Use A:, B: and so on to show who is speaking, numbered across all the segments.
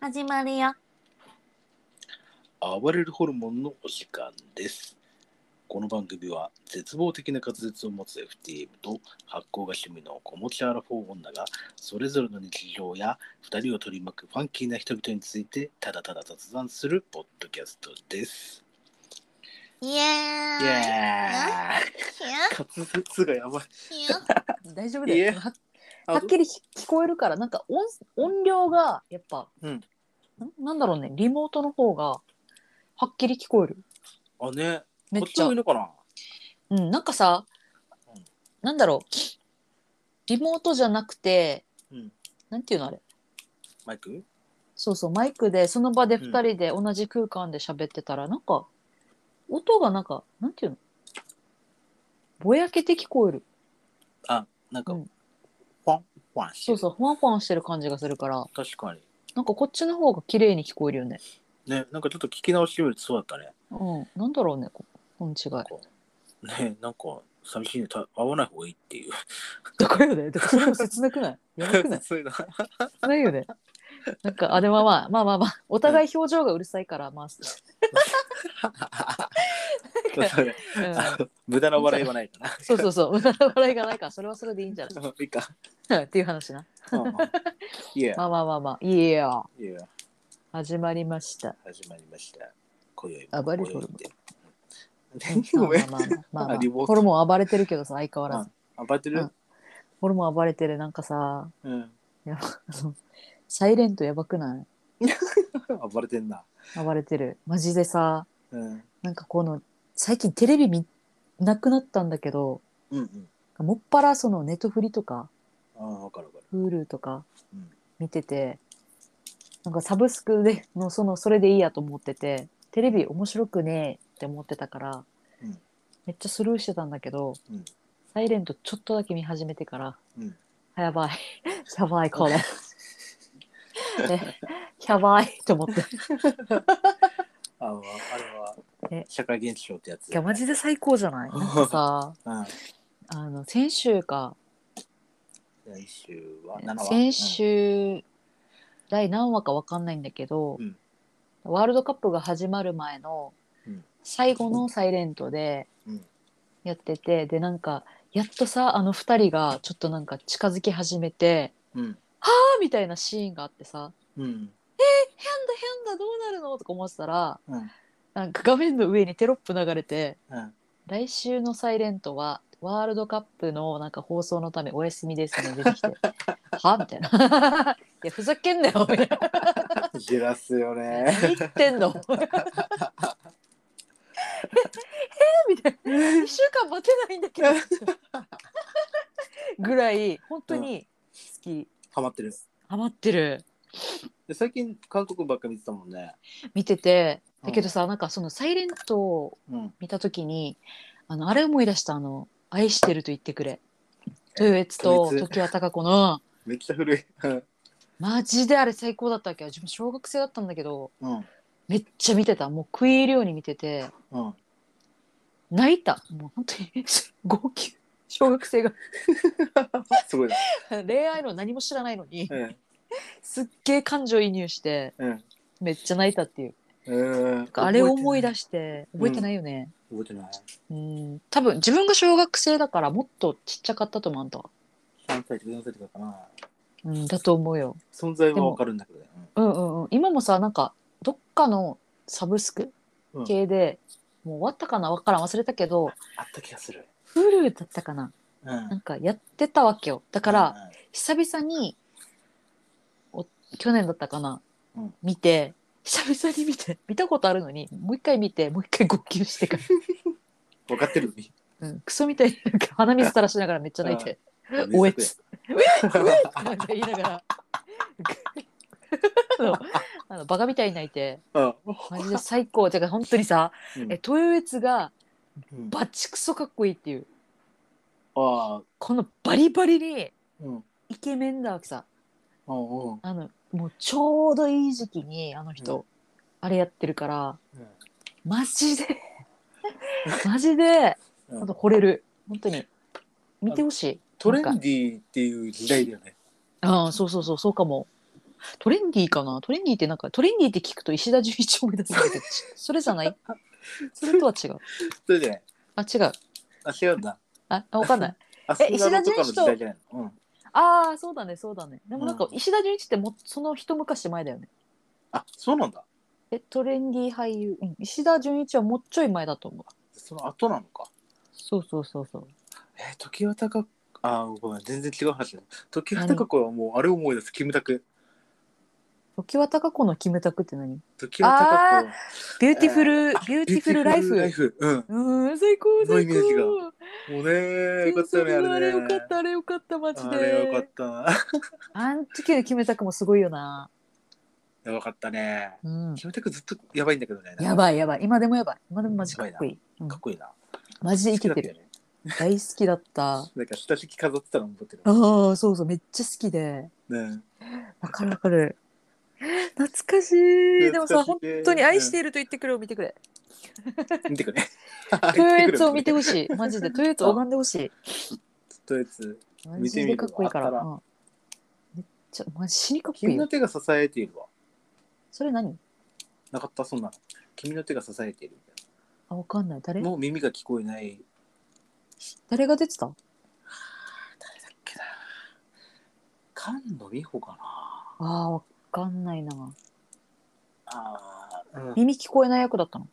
A: 始まるよ。
B: 暴れるホルモンのお時間です。この番組は絶望的な滑舌を持つ FTM と発酵が趣味の子持ちアラフォー女がそれぞれの日常や2人を取り巻くファンキーな人々についてただただ雑談するポッドキャストです。
A: イエーイ
B: イエ
A: ヒュ
B: ーイ滑舌がやばい。
A: ヒュ
C: 大丈夫だよ
B: いえ
C: ははっきりひ聞こえるからなんか音音量がやっぱ、
B: うん
C: ななんだろうねリモートの方がはっきり聞こえる
B: あね、
C: めっ
B: こっち
C: ちゃ
B: もいいのかな
C: うん、なんかさ
B: うん
C: なんだろうリモートじゃなくて、
B: うん
C: なんていうのあれ
B: マイク
C: そうそうマイクでその場で
B: うん
C: 2人で同じ空間で喋ってたら、なんか音がなんかなんていうのぼやけて聞こえる
B: あ、なんか、
C: うん
B: ファンファンして
C: そう
B: る
C: そうフワンフワンしてる感じがするから
B: 確かに。
C: なんかこっちの方が綺麗に聞こえるよね
B: ね、なんかちょっと聞き直してみるとそうだったね。
C: うん、なんだろうね、ここの違い。
B: ね、なんか寂しいね。た会わない方がいいっていう。
C: どこよね。だからそれも切なく ない。やばくない。
B: そういうの
C: 切ないよね。なんか、あ、でもまあ、まあまあまあ、お互い表情がうるさいから、まあ、
B: それ
C: うん
B: あの無駄な笑いはないかな。
C: そうそうそう、無駄な笑いがないから、それはそれで いいんじゃ
B: いいか。
C: ない っていう話な。
B: いや
C: ま、あまあまあまあ、いいや、
B: いや、
C: 始まりました。
B: 始まりました。今宵
C: あ
B: も。
C: バリホルモン
B: ごめん。
C: まあまあまあまあまあ、
B: あリモート
C: ホルモン暴れてるけどさ、相変わらず。
B: あ、バリて
C: う
B: る
C: ん。ホルモン暴れてる、なんかさ、
B: うん。
C: やばサイレントやばくない
B: あ、バリてんな。
C: 暴れてる。マジでさ、
B: うん。
C: なんかこの、最近テレビ見なくなったんだけど、
B: うんうん。
C: もっぱらそのネットフリとか
B: ああ、わかるわかる。
C: Hulu とか
B: うん
C: 見てて、なんかサブスクでのそのそれでいいやと思っててテレビ面白くねえって思ってたから、
B: うん
C: めっちゃスルーしてたんだけど「
B: うん
C: サイレントちょっとだけ見始めてから、
B: うん
C: あやばい やばい これえやばいと思ってい
B: あのあれは
C: え、
B: 社会現象ってやつ。
C: やマジで最高じゃないなんかさ
B: うん。
C: あの先週か
B: 来週は7話。
C: 先週、第何話か分かんないんだけど、
B: うん
C: ワールドカップが始まる前の
B: うん
C: 最後のサイレントで
B: うん
C: やってて、でなんかやっとさあの2人がちょっとなんか近づき始めて
B: うん。
C: 「あーみたいなシーンがあってさ
B: うん。うん。
C: 「変だ変だどうなるの?」とか思ってたら
B: うん。
C: なんか画面の上にテロップ流れて
B: うん。
C: 「来週のサイレントはワールドカップのなんか放送のためお休みですね」出てきて「は?」みたいな 「いやふざけんなよ」みたいな。
B: じらすよね。
C: 何言ってんのえみたいな1週間待てないんだけどぐらい本当に好き
B: ハマってる。
C: ハマってる
B: で最近韓国ばっか見てたもんね。
C: 見ててだけどさ、なんかその「サイレントを
B: うん。
C: 見た時にあのあれ思い出したあの「愛してると言ってくれ」豊悦と
B: 豊悦
C: 常盤貴子の
B: めっちゃ古い。
C: マジであれ最高だったわけよ自分小学生だったんだけど
B: うん。
C: めっちゃ見てたもう食い入るように見てて
B: うん。
C: 泣いたもう本当に 号泣小学生が
B: すごいな。
C: 恋愛の何も知らないのに
B: うん。
C: すっげえ感情移入して
B: うん。
C: めっちゃ泣いたっていう
B: うん
C: あれを思い出して
B: 覚え
C: 覚え
B: て
C: て
B: な
C: ないよね
B: 覚えてない。
C: うん多分自分が小学生だからもっとちっちゃかったと思うあんたは、
B: 3歳とか4歳とかかな。
C: うん、だと思うよ
B: 存在はわかるんだけどね。
C: うんうんうん今もさなんかどっかのサブスク
B: うん
C: 系で、もう終わったかなわからん忘れたけど
B: あった気がする。
C: Hulu だったかな
B: う
C: なん
B: ん。
C: かやってたわけよだから、久々にお去年だったかな、
B: うん
C: 見て久々に見て見たことあるのにもう一回見てもう一回号泣してか
B: 分かってるのに。
C: ら、うん、クソみたいになんか鼻水垂らしながらめっちゃ泣いて「おえつ」「うえうえ」ってなんか言いながらあのあのバカみたいに泣いて
B: うん。
C: マジで最高てか本当にさ
B: うん
C: え豊悦が
B: うん
C: バチクソかっこいいっていう
B: ああ。
C: このバリバリに
B: うん。
C: イケメンだわけさ
B: うんうん。
C: あのもうちょうどいい時期にあの人、あれやってるからマジでマジで
B: うん
C: ほんと惚れる本当に見てほしい
B: トレン
C: なんか
B: ディーっていう時代だよね。
C: ああそうそうそうそうかもトレンディーかなトレンディーってなんかトレンディーって聞くと石田純一を思い出すんだ けどそれじゃないそれとは違う
B: それじゃない。
C: あ違う
B: あ、違うんだ。
C: ああわか んない
B: あ、
C: え
B: スクラブとかの
C: 石
B: 時
C: 田純
B: 代
C: 一と
B: じゃないの。うん。
C: ああそうだねそうだねでもなんか
B: うん
C: 石田純一ってもうその一昔前だよね
B: あ、そうなんだ。
C: えトレンディー俳優、うん、石田純一はもうちょい前だと思う
B: その後なのか。
C: そうそうそうそう
B: えー、時は高子。あー、ごめん、全然違う話だ。時は高子はもう、あれを思い出す、キムタク。
C: 時は高子のキムタクって何
B: 時は高子は。
C: ビューティフル、
B: えー
C: ビューティフルライフ
B: ビューティフルライフ。
C: うーん最高
B: のイ
C: 最
B: メージが
C: 高
B: うん。もうねー、よかったよね、
C: そうそう
B: あ
C: あ
B: れ
C: れ
B: ね。
C: よかったあれよかったマジ
B: あれよか
C: で
B: った な。い
C: あん時のキムタクもすごいよな
B: やばかったね。
C: うん
B: キムタクずっとやばいんだけどね。
C: やばいやばい今でもやばい今でもマジかっこいい、うん
B: かっこいいな。
C: マジで生きて
B: 好きだ
C: る
B: ったよね。
C: 大好きだったあ
B: なんか下敷き飾ってたのも覚えて
C: あーそうそうめっちゃ好きで
B: る。ね。
C: わかるわかる懐かしいでもさ
B: 懐
C: 本
B: かしいね
C: 当に愛していると言ってくれを見てくれ
B: 見てくれ。
C: トヨエツを見てほ
B: い。
C: しいマジでトヨエツを拝んでほしい
B: とやつ。
C: マジでかっこいいから。
B: 見てみる
C: うんめっちゃ、マジ死にかっこい
B: 君
C: い
B: の
C: よ。
B: 手が支えているわ。
C: それ何
B: なかったそんなの。君の手が支えている。
C: あ、わかんない。誰
B: もう耳が聞こえない。
C: 誰が出てた
B: 誰だっけな。菅野美穂かな。
C: あー、わかんないな。
B: ああ、うん。
C: 耳聞こえない役だったの。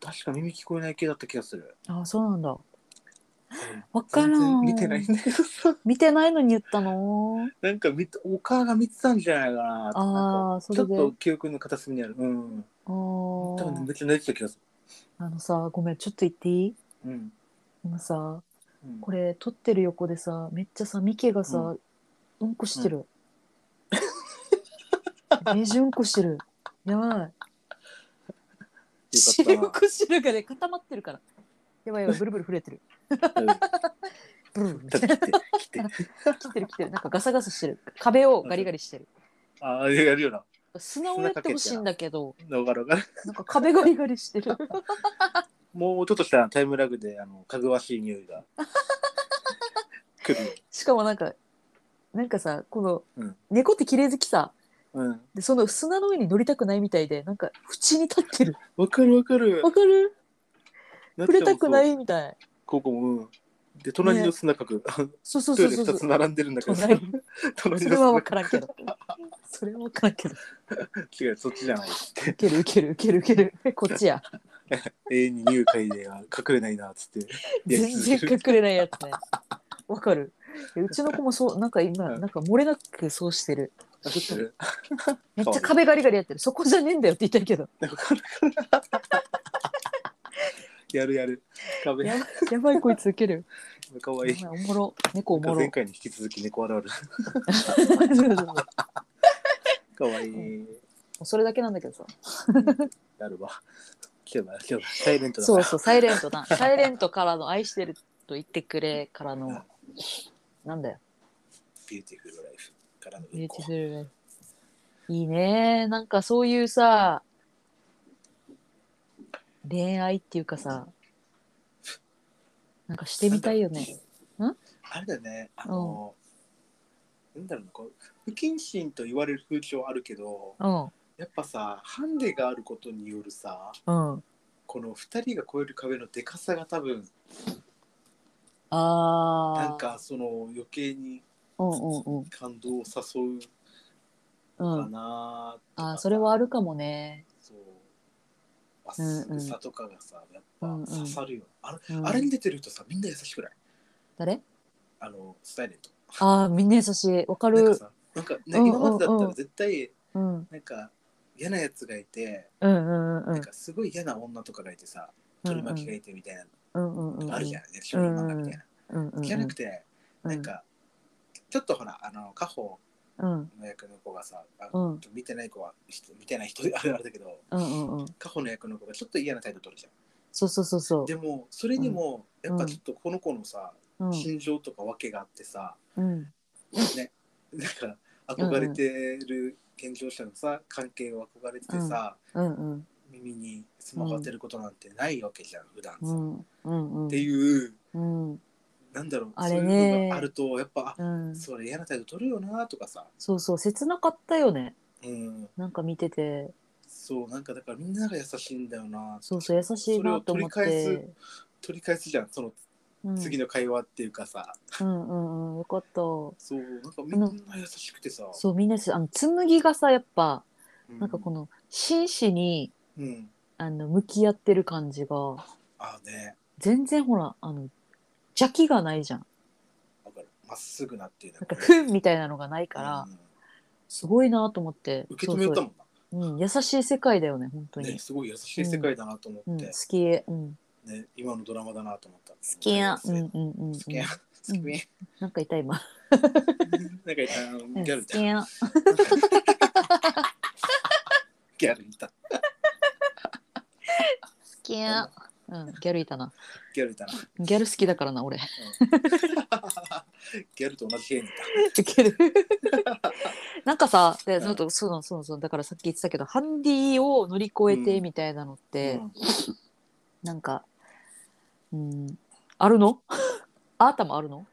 B: 確か耳聞こえない系だった気がする。
C: あー、そうなんだ。
B: うん
C: わからん。
B: 全然見てないんだけどさ。
C: 見てないのに言ったの
B: なんか見て、お母が見てたんじゃないかな。なんか
C: あー、そ
B: ちょ
C: れ
B: っ
C: で。
B: と記憶の片隅にある。うん。
C: あ
B: 多分
C: ー
B: めっちゃ泣いてた気がす
C: あのさ、ごめん、ちょっと言っていい
B: る。うん。
C: 今さ、
B: うん
C: これ撮ってる横でさ、めっちゃさ、ミケがさ、うん、こしてる。 レジうんこしてる。やばい。
B: よかっ
C: く汁がね固まってるからやばいや ばいブルブル震えてる
B: たな。
C: ブルブ
B: うん
C: ル
B: ちょっと
C: 来
B: 切って、切って。
C: てる来てるなんかガサガサしてる壁をガリガリしてる
B: ああ、やるよな。
C: 砂をやってほしいんだけど
B: わかるわかる。
C: なんか壁ガリガリしてる
B: もうちょっとしたらタイムラグで、あの、かぐわしい匂いが。くるよ。
C: しかもなんかなんかさこの、
B: うん
C: 猫って綺麗好きさ
B: うん。
C: でその砂の上に乗りたくないみたいでなんか縁に立ってる
B: わかるわかる。
C: わかる
B: なっち
C: 触
B: ゃ
C: れ
B: んもそう
C: たくな。いみたい
B: ここも、うん。で、隣の砂かく。
C: そうそ う
B: ト
C: そ
B: イ
C: う
B: レ
C: そう
B: 二つ並んでるんだけど。
C: 隣
B: 隣の
C: それは
B: 砂
C: 分からんけどそれは分からんけど
B: 違う、そっちじゃないって。
C: ウケるウケるウケるウケるこっちや
B: 永遠に入会では隠れないなっつって。いや
C: 全然隠れないやつね。わかる。うちの子もそう、なんか今、
B: うん
C: なんか漏れなくそうしてる。
B: 隠してる。
C: めっちゃ壁ガリガリやってる。そこじゃねえんだよって言いたいけど。
B: やる やる。壁。
C: やばやばい、こいつウケる。
B: かわい
C: や
B: い。
C: ばいおもろ。猫お
B: なんか
C: もろ
B: 前。回に引き続き猫あるある。 かわいい。
C: それだけなんだけどさ。
B: やるわ。今日は、今日は、サイレントだ
C: そう
B: な
C: そう、サイレントな。サイレントからの愛してると言ってくれからの。なんだよ。
B: ビューティフルライフからの
C: ビュ
B: うん
C: ーテ
B: こ
C: ィフルライフいいね。なんかそういうさ、恋愛っていうかさ、なんかしてみたいよね。
B: あれだよね、あの、なんだろうな、こう、不謹慎と言われる風潮あるけど、
C: うん。
B: やっぱさ、ハンデがあることによるさ、
C: うん。
B: この2人が超える壁のでかさが多分、
C: ああ。
B: なん、かその余計に
C: うんうん
B: 感動を誘う
C: うん。う
B: か
C: ん。
B: なとか
C: ああ、それはあるかもね。
B: そう。まっすぐさとかがさ、やっぱ
C: うんうん
B: 刺さるよ。あれ
C: うん
B: あれに出てる人さ、みんな優しくない
C: 誰
B: あの、サイレント。
C: ああ、みんな優しい。わか
B: なんか
C: る。
B: さ、なんかね、
C: うん
B: 今までだった
C: う
B: ら
C: ん
B: 絶対、
C: うん。うん
B: なんか嫌なやつがいて、
C: うんうんう
B: なん
C: ん
B: かすごい嫌な女とかがいてさ、
C: うん
B: 取り巻きがいてみたいな
C: うんうんうん。
B: のあるじゃん、ね、少女漫画みたいな。
C: うんうんうん。
B: じゃなくて、
C: うん
B: なんか、ちょっとほら、あの、カホ
C: うん
B: の役の子がさ、あ
C: うん
B: ちょっと見てない子は、見てない人あるあるだけど、
C: うんうんうん。
B: カホの役の子がちょっと嫌な態度取るじゃ。
C: そうそうそうんそ
B: でも、それにも、
C: うん
B: やっぱちょっとこの子のさ、
C: う。うん
B: 心情とか訳があってさ、
C: うん。
B: ね、 なんか、憧れてる健常者のさ、関係を憧れててさ、
C: うんうん
B: 耳にスマホ当てることなんてないわけじゃん、普段さ、
C: うんうんうん。
B: っていう
C: うん。
B: なんだろう
C: あれね
B: そういうのがあるとやっぱ
C: うん
B: あ、それ嫌な態度取るよなとかさ
C: そうそう切なかったよね
B: うん
C: なんか見てて
B: そうなんかだからみんなが優しいんだよな
C: そうそう優しいなと思っ
B: それを取り
C: て
B: 取り返すじゃんその
C: うん
B: 次の会話っていうかさ、
C: うんうんうんよかった
B: そうなんかみんな優しくてさ
C: そうみんなしあの紬がさやっぱ
B: うん
C: なんかこの真摯に
B: うん
C: あの向き合ってる感じが
B: ああね
C: 全然ほらあの邪気がないじゃん
B: わかるまっすぐなっていう
C: なん
B: の
C: かふんみたいなのがないから
B: うん
C: すごいなと思って
B: 受け止めよったもんな
C: そうそううん、優しい世界だよね本当に、
B: ね、すごい優しい世界だなと思
C: う
B: っ
C: ん、
B: て
C: 好、きうん
B: ね、今のドラマだなと思った。好
A: きや
C: うんうんうんうん
B: 好きや。好きや。
C: なんかいた今
B: なんかいた、あのギャルい
A: 好
B: た
A: き。や
B: ギャルいた。
A: 好きや
C: うんギャルいたな
B: ギャルいたな。
C: ギャル好きだからな俺
B: うんギャルと同じ部屋にい。
C: ギャルなんかさでそうそうそうそうそうだからさっき言ってたけどハンディを乗り越えてみたいなのったて、
B: うん
C: なんか、うん、あるの あーたもあるの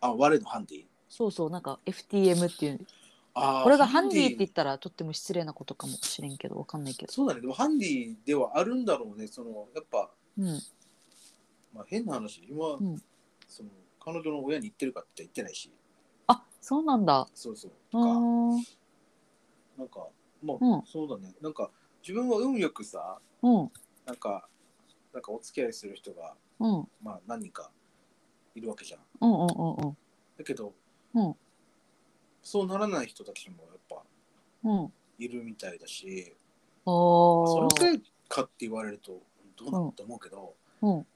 B: あ、我のハンディ。
C: そうそう、なんか FTM っていう。
B: あー
C: これがハンディって言ったらとっても失礼なことかもしれんけど、わかんないけど。
B: そうだね。でもハンディではあるんだろうね。その、やっぱ、
C: うん。
B: まあ、変な話。今、
C: ん
B: その、彼女の親に言ってるかって言ってないし。
C: あ、そうなんだ。
B: そうそう。
C: あ
B: とか、
C: ー
B: なんか、まあ、
C: うん
B: そうだね。なんか、自分は運よくさ、
C: うん。
B: なんか、なんかお付き合いする人が、
C: うん。
B: まあ、何人かいるわけじゃん。
C: うんうんうん
B: だけど、
C: うん
B: そうならない人たちもやっぱ
C: うん。うん。
B: いるみたいだし、
C: あ
B: そのせ
C: ー
B: いかって言われるとどうなんと思うけど、
C: うん。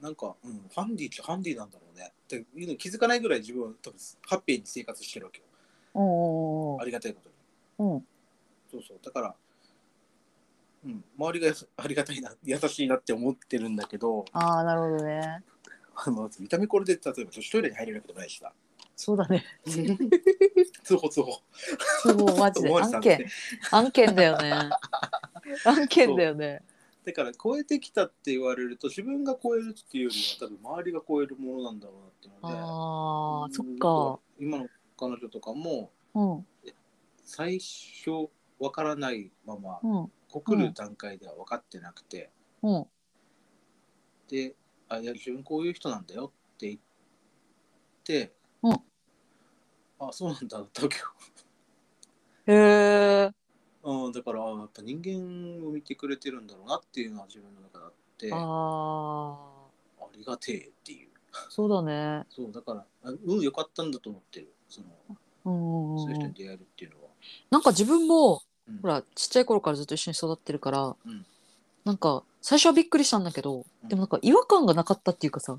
B: なんか、うん、ハンディってハンディなんだろうねっていうのに気づかないぐらい自分は多分ハッピーに生活してるわけよ。
C: うん
B: ありがたいことに。
C: うん。
B: そうそう。だから、うん、周りがやさありがたいな、優しいなって思ってるんだけど、
C: ああ、なるほどね。
B: あの見た目これで例えば女子トイレに入れるわけでもないし さ。
C: そうだね。
B: 通報通報。
C: すごい、マジ
B: と
C: で。
B: 思われてた
C: 案
B: んで
C: 件。案件だよ ね。案件だよね。
B: だから超えてきたって言われると自分が超えるっていうよりは多分周りが超えるものなんだろうなっていうので
C: ああ、そっ
B: うん
C: か。
B: 今の彼女とかも
C: うん。
B: 最初わからないまま
C: うん。
B: 告る段階では分かってなくて、
C: うん。
B: であいや自分こういう人なんだよって言って、
C: うん
B: あそうなんだだけ
C: へえ。
B: ど、うん、だからあやっぱ人間を見てくれてるんだろうなっていうのは自分の中であってあ
C: あ
B: りがてえっていう
C: あ、そうだね。
B: そうだからあうんよかったんだと思ってるその
C: うんうん
B: そういう
C: う
B: 人に
C: ん。
B: 出会えるっていうのは。
C: なんか自分も、
B: うん
C: ほら、ちっちゃい頃からずっと一緒に育ってるから、
B: うん
C: なんか、最初はびっくりしたんだけど、
B: うん
C: でもなんか違和感がなかったっていうかさ。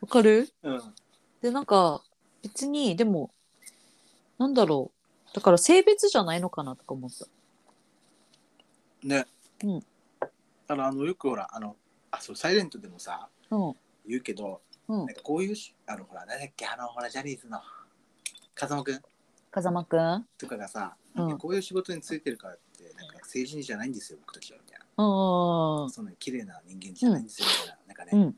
C: わかる
B: うん。
C: で、なんか、別に、でも、なんだろう。だから性別じゃないのかなとか思った。
B: ね。
C: うん
B: だからあのよくほらあのあそうサイレントでもさ
C: うん。
B: 言うけど、
C: うん
B: なん。かこういうしあのほらなんだっけあのほらジャニーズの風間くん
C: 風間くんうん
B: とかがさ、
C: うん
B: いやこういう仕事についてるからってなんか成人じゃないんですよ僕たちはみたいな。
C: うん
B: そんな綺麗な人間じゃないんですよみたいな、なんかね、
C: うん。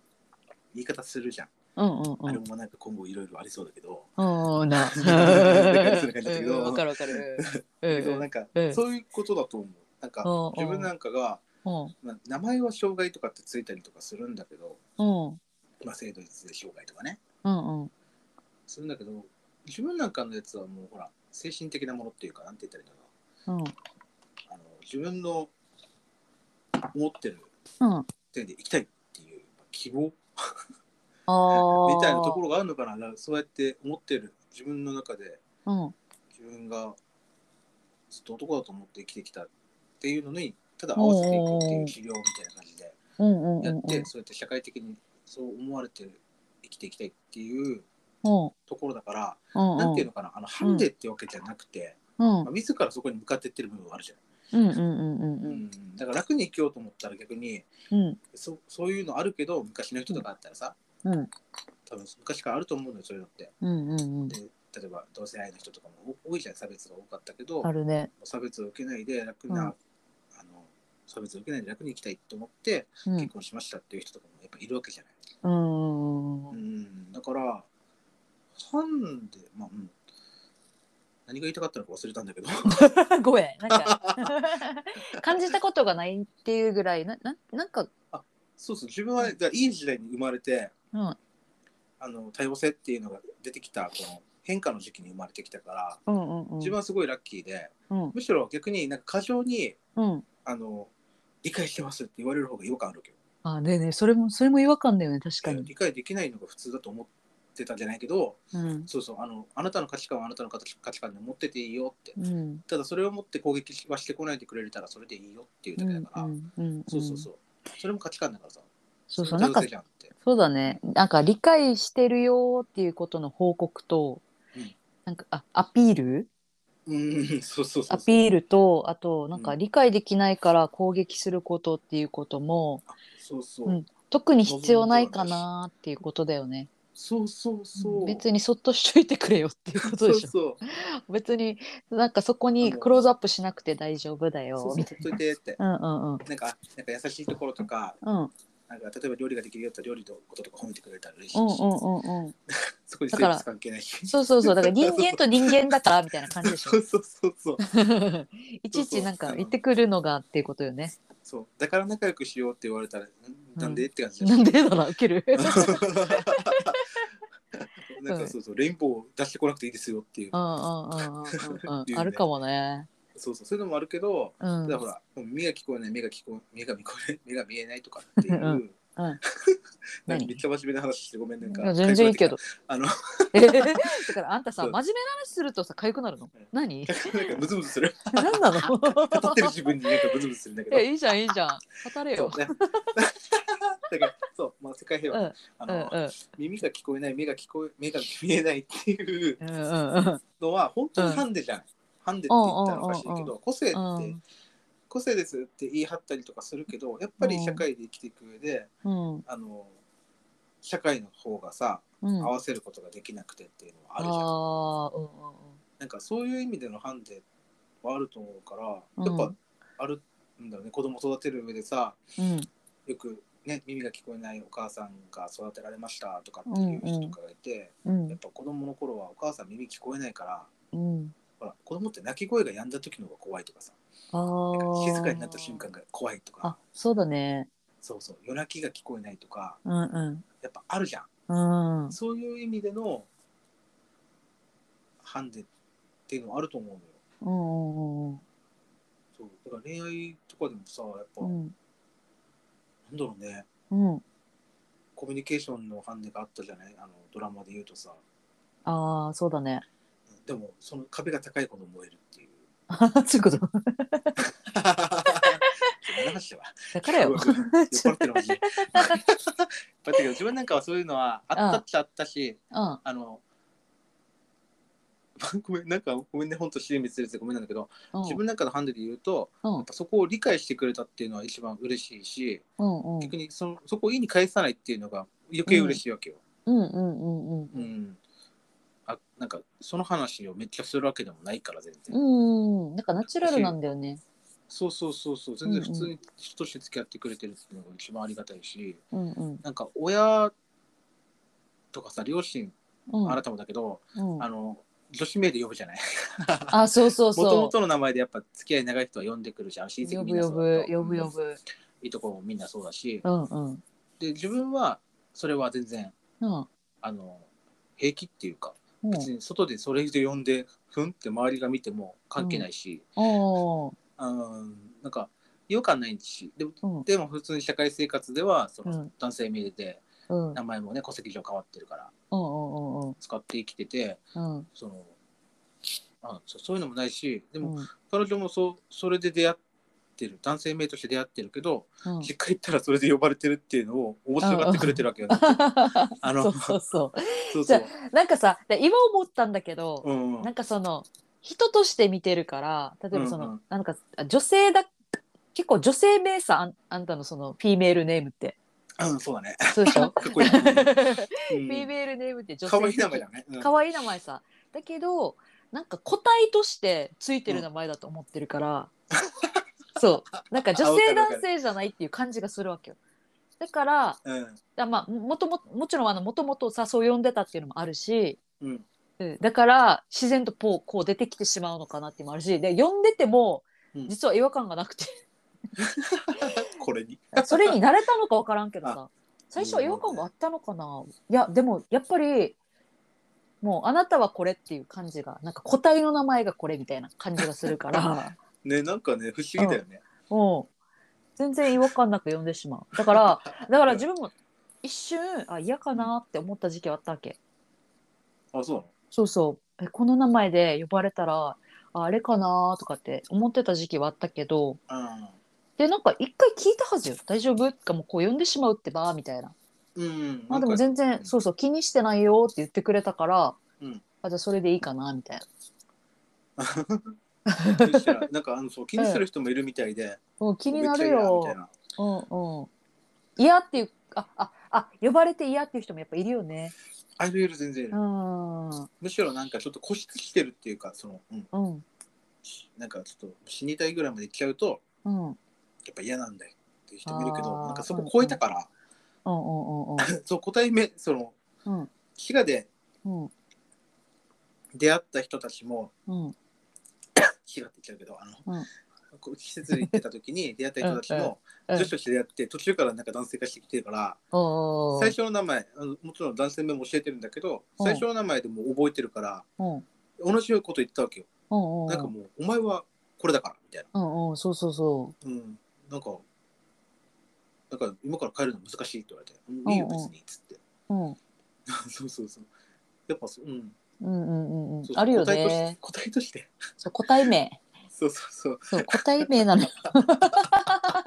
B: 言い方するじゃん。
C: うんうんう
B: あれ
C: ん。
B: もなんか今後いろいろありそうだけど。
C: うんうんな。
B: 感じだけど
C: うんわかるわかる。う
B: け
C: ん
B: どなんか、
C: うん
B: そういうことだと思う。なんか、
C: うん
B: 自分なんかが、
C: うん。
B: まあ、名前は障害とかってついたりとかするんだけど、
C: うん。
B: まあ、性同一性障害とかね。
C: うんうん。
B: するんだけど自分なんかのやつはもうほら精神的なものっていうかなんて言ったらいいんだろ
C: うん。
B: うあの自分の思ってる
C: うん。
B: 点で生きたいっていう希望
C: ああ。
B: みたいなところがあるのかなだからそうやって思ってる自分の中で
C: ろ。
B: 自分がずっと男だと思って生きてきたっていうのにただ合わせていくっていう治療みたいな感じで
C: うん。うんうんう
B: や
C: ん
B: っ
C: うん
B: て。そうやって社会的にそう思われて生きていきたいっていう
C: うん。
B: ところだから
C: うん。
B: なんていうのかなあのハンデってわけじゃなくて
C: う
B: ま
C: ん。
B: あ自らそこに向かっていってる部分はあるじゃん。
C: うんうんうんうんうん。
B: だから楽に生きようと思ったら逆に
C: うん。
B: そそういうのあるけど昔の人とかあったらさ、
C: うん。
B: 多分昔からあると思うのよそういうのって
C: うんうんうん
B: で。例えば同性愛の人とかも多多いじゃん差別が多かったけど
C: あるね。
B: 差別を受けないで楽な、
C: うん
B: あの差別を受けないで楽に生きたいと思って
C: うん
B: 結。婚しましたっていう人とかもやっぱいるわけじゃない、
C: うー。
B: うんん、だから、ハンデ、まあ、うん。何が言いたかったのか忘れたんだけ ど。
C: ごめん。なん か感じたことがないっていうぐらいなななんか、
B: そうそう、自分は、だからいい時代に生まれて、
C: うん
B: あの、多様性っていうのが出てきた、この変化の時期に生まれてきたから、
C: うんうんうん
B: 自分はすごいラッキーで、
C: うん
B: むしろ逆になんか過剰に、
C: うん。
B: あの、理解してますって言われる方が違和感あるけど。
C: あねえねえそれもそれも違和感だよね確かに。
B: 理解できないのが普通だと思ってたんじゃないけど
C: うん。
B: そうそうあのあなたの価値観はあなたの価値価値観で持ってていいよって
C: うん。
B: ただそれを持って攻撃はしてこないでくれたらそれでいいよっていう
C: う
B: だけだ
C: ん
B: から、
C: うん。
B: そうそう
C: うん。
B: そうそれも価値観だからさ
C: そうそう
B: れ
C: なん
B: も
C: か
B: 多様性じゃんって
C: そうだね。なんか理解してるよっていうことの報告と、
B: うん
C: なんかあアピール
B: うんそうそうそ
C: ア
B: うそう
C: ピールとあとなん
B: う
C: か
B: ん
C: 理解できないから攻撃することっていうことも、
B: そうそう、
C: うん特に必要ないかなっていうことだよね。
B: そうそうそう
C: 別にそっとしといてくれよっていうこと
B: そう
C: でしょ。
B: そう
C: 別になんかそこにクローズアップしなくて大丈夫だ
B: そう
C: よ
B: そう
C: み
B: ほ
C: た
B: っ
C: い
B: といてって
C: な。うんうん
B: なんかなんか優しいところとか
C: うん。うん
B: なんか例えば料理ができるよって料理のこととか褒めてくれたら嬉しいし、
C: うんうんうんうん。
B: そこに生活関係ないし
C: そうそうそうだから人間と人間だからみたいな感じでしょ
B: そ。うそうそうそう
C: いちいちなんか言ってくるのがっていうことよね。
B: そうだから仲良くしようって言われたらんなんで、って感じだし
C: なんでだな、ウ ケ る。
B: なんかそうそうレインボー出してこなくていいですよっていう、
C: うんうんうんうんうん。あるかもね。
B: そうそうそういうのもあるけど、
C: う
B: た
C: ん。
B: だほらもう目が聞こえない目が聞こえ目が見こえない目が見えないとかっていう、
C: うんうん
B: なんか
C: 何
B: めっちゃ真面目な話してごめんなん
C: い
B: か
C: や全然いいけど。
B: あの
C: えだからあんたさ、
B: そ
C: 真
B: う
C: 面目な話するとさ、痒くなるの。何
B: なんかムズムズする
C: 何なの
B: 語ってる自分になんかムズムズするんだけど
C: え、いいじゃん、いいじゃん。語れ
B: そう
C: よ。
B: ね だからそうまあ世界平
C: うん
B: 和、
C: うん
B: あ
C: う
B: の、
C: ん
B: 耳が聞こえない目が聞こえ目が見えないっていう
C: うんうん
B: のは本当にハンデじゃない、ハンデって言ったらおかしいけど、
C: うんうんうん
B: 個性って、
C: うん
B: 個性ですって言い張ったりとかするけどやっぱり社会で生きていく上で、
C: うん
B: あの社会の方がさ
C: うん
B: 合わせることができなくてっていうのはあるじゃん、
C: あーうんうんうん
B: なんかそういう意味でのハンデはあると思うから
C: う
B: やっ
C: ん
B: ぱあるんだよね子供育てる上でさ
C: うん
B: よく、ね、耳が聞こえないお母さんが育てられましたとかっていう人とかがいて、
C: うん
B: やっぱ子供の頃はお母さん耳聞こえないから
C: うん
B: ほら子供って泣き声が止んだ時の方が怖いとかさ
C: あー
B: 静かになった瞬間が怖いと
C: あ
B: か
C: そうだね
B: そうそう夜泣きが聞こえないとか
C: うんうん
B: やっぱあるじゃん
C: うん
B: そういう意味でのハンデっていうのはあると思うのよ
C: うんうん
B: そうだから恋愛とかでもさやっぱ、
C: うん
B: なんだろうね
C: うん
B: コミュニケーションのハンデがあったじゃないあのドラマで言うとさ
C: ああ、そうだね。
B: でもその壁が高いほど燃えるっていう
C: そういうこと。
B: ちょっと話だわ
C: だからよ。
B: 酔っ払ってるマジで酔っ払ってるけど自分なんかはそういうのはあったっちゃあったし
C: うん。
B: あのごめんなんかごめんね本当支援滅裂でごめんなんだけど、
C: うん
B: 自分なんかのハンデで言うと
C: うん
B: そこを理解してくれたっていうのは一番嬉しいし、
C: うんうん
B: 逆にそのそこを家に返さないっていうのが余計嬉しいわけよ。
C: うんうんうん
B: うんあなんかその話をめっちゃするわけでもないから全然、
C: うんうんなんかナチュラルなんだよね。
B: そうそうそうそう全然普通
C: うん
B: に人として付き合ってくれてるっていうのが一番ありがたいし
C: うんうん
B: なんか親とかさ両親
C: うん
B: あなたもだけど、
C: うん
B: あの女子名で呼ぶじゃない
C: あそうそ
B: も
C: う
B: とも
C: そ
B: との名前でやっぱ付き合い長い人は呼んでくるじゃん親
C: う。
B: 戚
C: 呼
B: みんな
C: ぶ
B: そ
C: 呼
B: うだ
C: ぶ
B: と
C: 呼ぶ呼ぶ。
B: いとこもみんなそうだし、
C: うんうん
B: で自分はそれは全然
C: うん
B: あの平気っていうか
C: うん
B: 別に外でそれで呼んでふんって周りが見ても関係ないし、
C: おー
B: うん、なんか違和感ないしでも
C: うん
B: でも普通に社会生活ではそうの
C: ん
B: 男性名で
C: うんうん
B: 名前もね戸籍上変わってるから
C: うんうん
B: 使って生きてて
C: うん
B: そのあそそういうのもないしで
C: う
B: も
C: ん
B: 彼女もそうそれで出会ってる男性名として出会ってるけど、
C: うん
B: 実家行ったらそれで呼ばれてるっていうのを面白がってくれてるわけ よ、ね、あの
C: そうそうそ
B: そう
C: じ
B: そ
C: ゃ
B: う、
C: う なんかさで今思ったんだけど
B: うんうん、
C: なんかその人として見てるから例えばその、
B: うんうん
C: なんかあ女性だ結構女性名さあんあんたのそのフィメールネームって
B: うんそうだね
C: そうでし ょ
B: かっこい い、
C: フィ
B: うん
C: メールネームって女性
B: 可愛い名前だね、うん
C: 可愛い名前さだけどなんか個体としてついてる名前だと思ってるから、そうなんか女
B: あわか
C: 性
B: るわかる
C: 男性じゃないっていう感じがするわけよだから
B: うん
C: あまあもとももちろんあのもともと誘い呼んでたっていうのもあるし、
B: うん
C: うん、だから自然とこうこう出てきてしまうのかなっていうのもあるしで呼んでても
B: うん
C: 実は違和感がなくて
B: これに
C: それに慣れたのか分からんけどさ最初は違和感があったのかないやでもやっぱりもうあなたはこれっていう感じがなんか個体の名前がこれみたいな感じがするから
B: ねなんかね不思議だよね、
C: もう全然違和感なく呼んでしまうだからだから自分も一瞬あ嫌かなって思った時期はあったわけ。
B: あそうなの
C: そうそうえこの名前で呼ばれたらああれかなとかって思ってた時期はあったけど
B: あ
C: でなんか一回聞いたはずよ「大丈夫?」とかもうこう呼んでしまうってばみたいな
B: ーうん
C: まあでも
B: 然
C: 全
B: う
C: 然
B: ん
C: そうそう気にしてないよって言ってくれたから、
B: うん
C: あじゃあそれでいいかなみたいな
B: なんかあ のそう気にする人もいるみたいで、
C: うん気に
B: めっ
C: な
B: ちゃ
C: る
B: いいな
C: よ
B: みたいな
C: うんうん嫌っていうあああ呼ばれて嫌っていう人もやっぱいるよね
B: あいるいる全然いる、
C: うんうん
B: むしろなんかちょっと固執してるっていうかその、うん、なんかちょっと死にたいぐらいまで行っちゃうと
C: うん
B: やっぱ嫌なんだよっていう人もいるけ
C: あ
B: ど
C: ー
B: なんかそこ超えたから、
C: うんうんうん
B: そう答え目その
C: うん
B: 滋賀で
C: うん
B: 出会った人たちも
C: うん
B: 滋賀って言っちゃうけどあの、
C: うん
B: こう施設に行ってた時に出会った人たちも
C: うんうん
B: 女子として出会って途中からなんか男性化してきてるから、
C: おー
B: 最初の名前あのもちろん男性名も教えてるんだけど
C: うん
B: 最初の名前でもう覚えてるから
C: うんうん
B: 同じこと言ったわけよ、
C: うんうん
B: なんかもう「お前はこれだから」みたいな、
C: うんうんそうそうそ
B: うん、なんかなんか今から帰るの難しいって言われて「うん、いいよ
C: うんう
B: 別
C: ん
B: に」っつって、
C: う。うん。
B: そうそうそうやっぱそう、うん、
C: うんうんうんうん
B: そう。そう
C: あるよ
B: 答えと
C: ね。
B: して答えとして
C: そう個体名。
B: そうそうそう
C: そう個体名なの。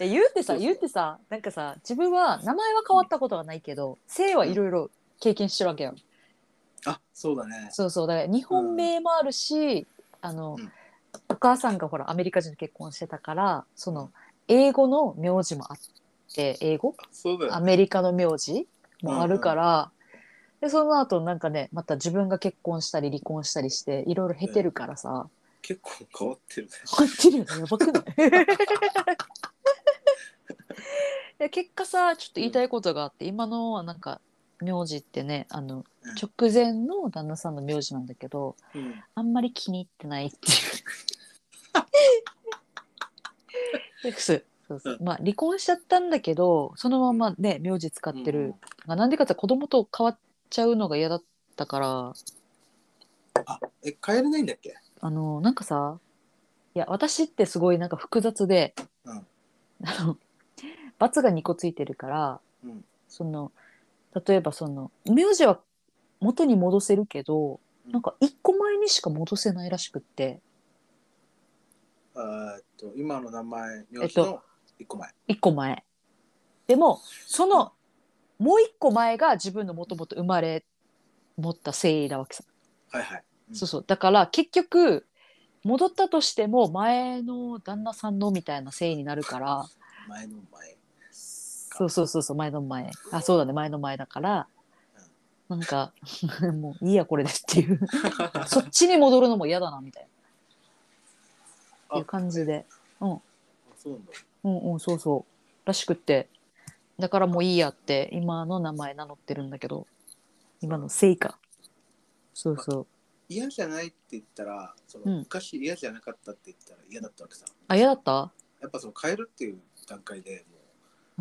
C: え言う
B: そう
C: てさ
B: そう
C: 言うてさなんかさ自分は名前は変わったことはないけど性はいろいろ経験してるわけよ。
B: あそうだね
C: そうそうだから日本名もあるし、あの、
B: うん
C: お母さんがほらアメリカ人と結婚してたからその英語の名字もあって英語
B: あそうだよ
C: ア
B: ね
C: メリカの名字もあるから、でその後なんかねまた自分が結婚したり離婚したりしていろいろ経てるからさ、
B: 結構変わってるね
C: 入ってるよねやばくないで結果さちょっと言いたいことがあって今のはなんか名字ってねあの
B: うん
C: 直前の旦那さんの名字なんだけど
B: うん
C: あんまり気に入ってないって いう。そうそうそうまあ離婚しちゃったんだけどそのままね名字使ってる、
B: うん
C: まあなんでかって子供と変わっちゃうのが嫌だったから
B: あえ帰れないんだっけ
C: あのなんかさいや私ってすごいなんか複雑で、
B: うん
C: あの罰が2個ついてるから
B: うん
C: その例えばその名字は元に戻せるけど
B: うん
C: なんか1個前にしか戻せないらしくって
B: あーっと今の名前
C: え
B: 名
C: っ
B: 字
C: と
B: の一個前、
C: 1個前。でもそのもう1個前が自分のもともと生まれ持った生理なわけさ。
B: はいはいうん
C: そうそうだから結局戻ったとしても前の旦那さんのみたいなせいになるから
B: 前の前
C: そうそうそうそう前の前あそうだね前の前だからなんか もういいやこれですっていうそっちに戻るのも嫌だなみたいなっていう感じで
B: あそうなんだ
C: うんうんそうそうらしくってだからもういいやって今の名前名乗ってるんだけど今のせいかそうそう
B: 嫌じゃないって言ったらその、
C: うん
B: 昔嫌じゃなかったって言ったら嫌だったわけさ
C: あ嫌だった
B: やっぱその変えるっていう段階でも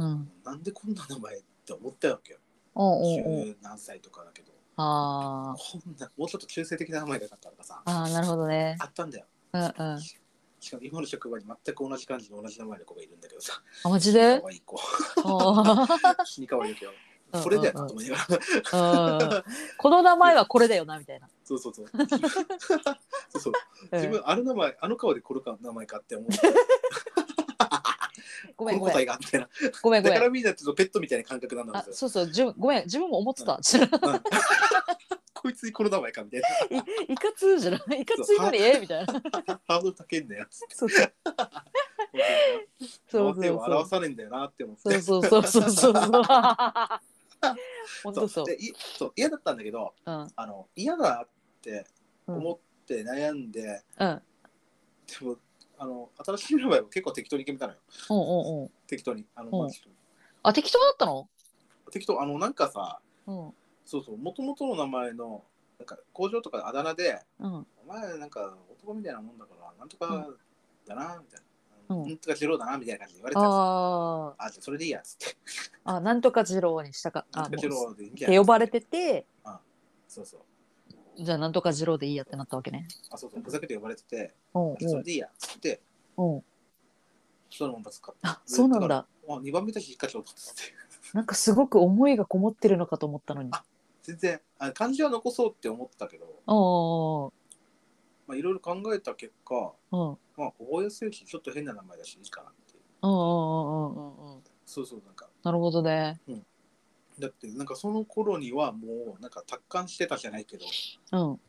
C: うんう
B: うんなんでこんな名前って思ったわけよ
C: うんうん
B: 十何歳とかだけど
C: あー
B: こんなもうちょっと中性的な名前がなかったのかさ
C: あーなるほどね
B: あったんだよ
C: うんうん。あ、
B: しかも今の職場に全く同じ感じの同じ名前の子がいるんだけどさ
C: マジで
B: 可愛い子
C: あ
B: 死に可愛いけど
C: うん
B: これだよなと思いながら
C: ーうんこの名前はこれだよな、みたいな。
B: そう そうそうそうそう
C: うん
B: 自分あの名前あの顔でこれか名前かって思う こ
C: ごめん
B: の
C: ごめ
B: 答え
C: ん。
B: がみたいな
C: ごめんご
B: だ
C: め
B: から
C: ん。
B: みんなちょっとペットみたいな感覚なんで
C: あ、
B: すよ
C: そうそう、じゅごめん、自分も思ってた。知らん
B: こいつにこの名前かみたいな
C: いかつじゃないいかついのにえみたいな。
B: ハードル高いんだよつって
C: そうそうそ
B: そうう
C: そ
B: 手
C: う
B: を
C: そう
B: 表。さねえんだよなって思って
C: そうそうそうそうそうそう。本当そう。
B: でいそう嫌だったんだけど
C: うん
B: あの嫌だなって
C: うん
B: 思って悩んで、で
C: うんうん
B: もあの新しい名前は結構適当に決めたのよ
C: うんうん
B: 適当にあの、
C: うん
B: まあちょっと
C: あ、適当だったの
B: 適当あのなんかさ
C: うん。
B: そうそうもともとの名前のなんか工場とかあだ名で
C: うん。
B: お前なんか男みたいなもんだからなんとかだなみたいな、
C: うん
B: なんとかしろだなみたいな感じで言われてたんですよ
C: あ
B: あじゃあそれでいいやっつって
C: あ。あ、なんとか二郎にしたか。
B: な
C: あ、
B: んとか
C: も
B: し
C: う。
B: ろでいいんじゃん
C: って呼ばれてて、
B: そうそう
C: じゃあなんとか二郎でいいやってなったわけね。
B: あそうそうふざけて呼ばれてて
C: うん
B: あじゃあそれでいいやっつって
C: うんうん。
B: そのまま使った
C: あ、そうなんだ。
B: あ2番目だけ引っかけようと思って
C: なんかすごく思いがこもってるのかと思ったのに。あ
B: あ全然あ漢字は残そうって思ったけど
C: あ。
B: まあいろいろ考えた結果
C: うん。うん
B: まあ覚えやすいしちょっと変な名前だしいいかなっていう
C: うんうんうんうん。
B: そうそうなんか
C: なるほどね。
B: だってなんかその頃にはもうなんか達観してたじゃないけど
C: うん。
B: あの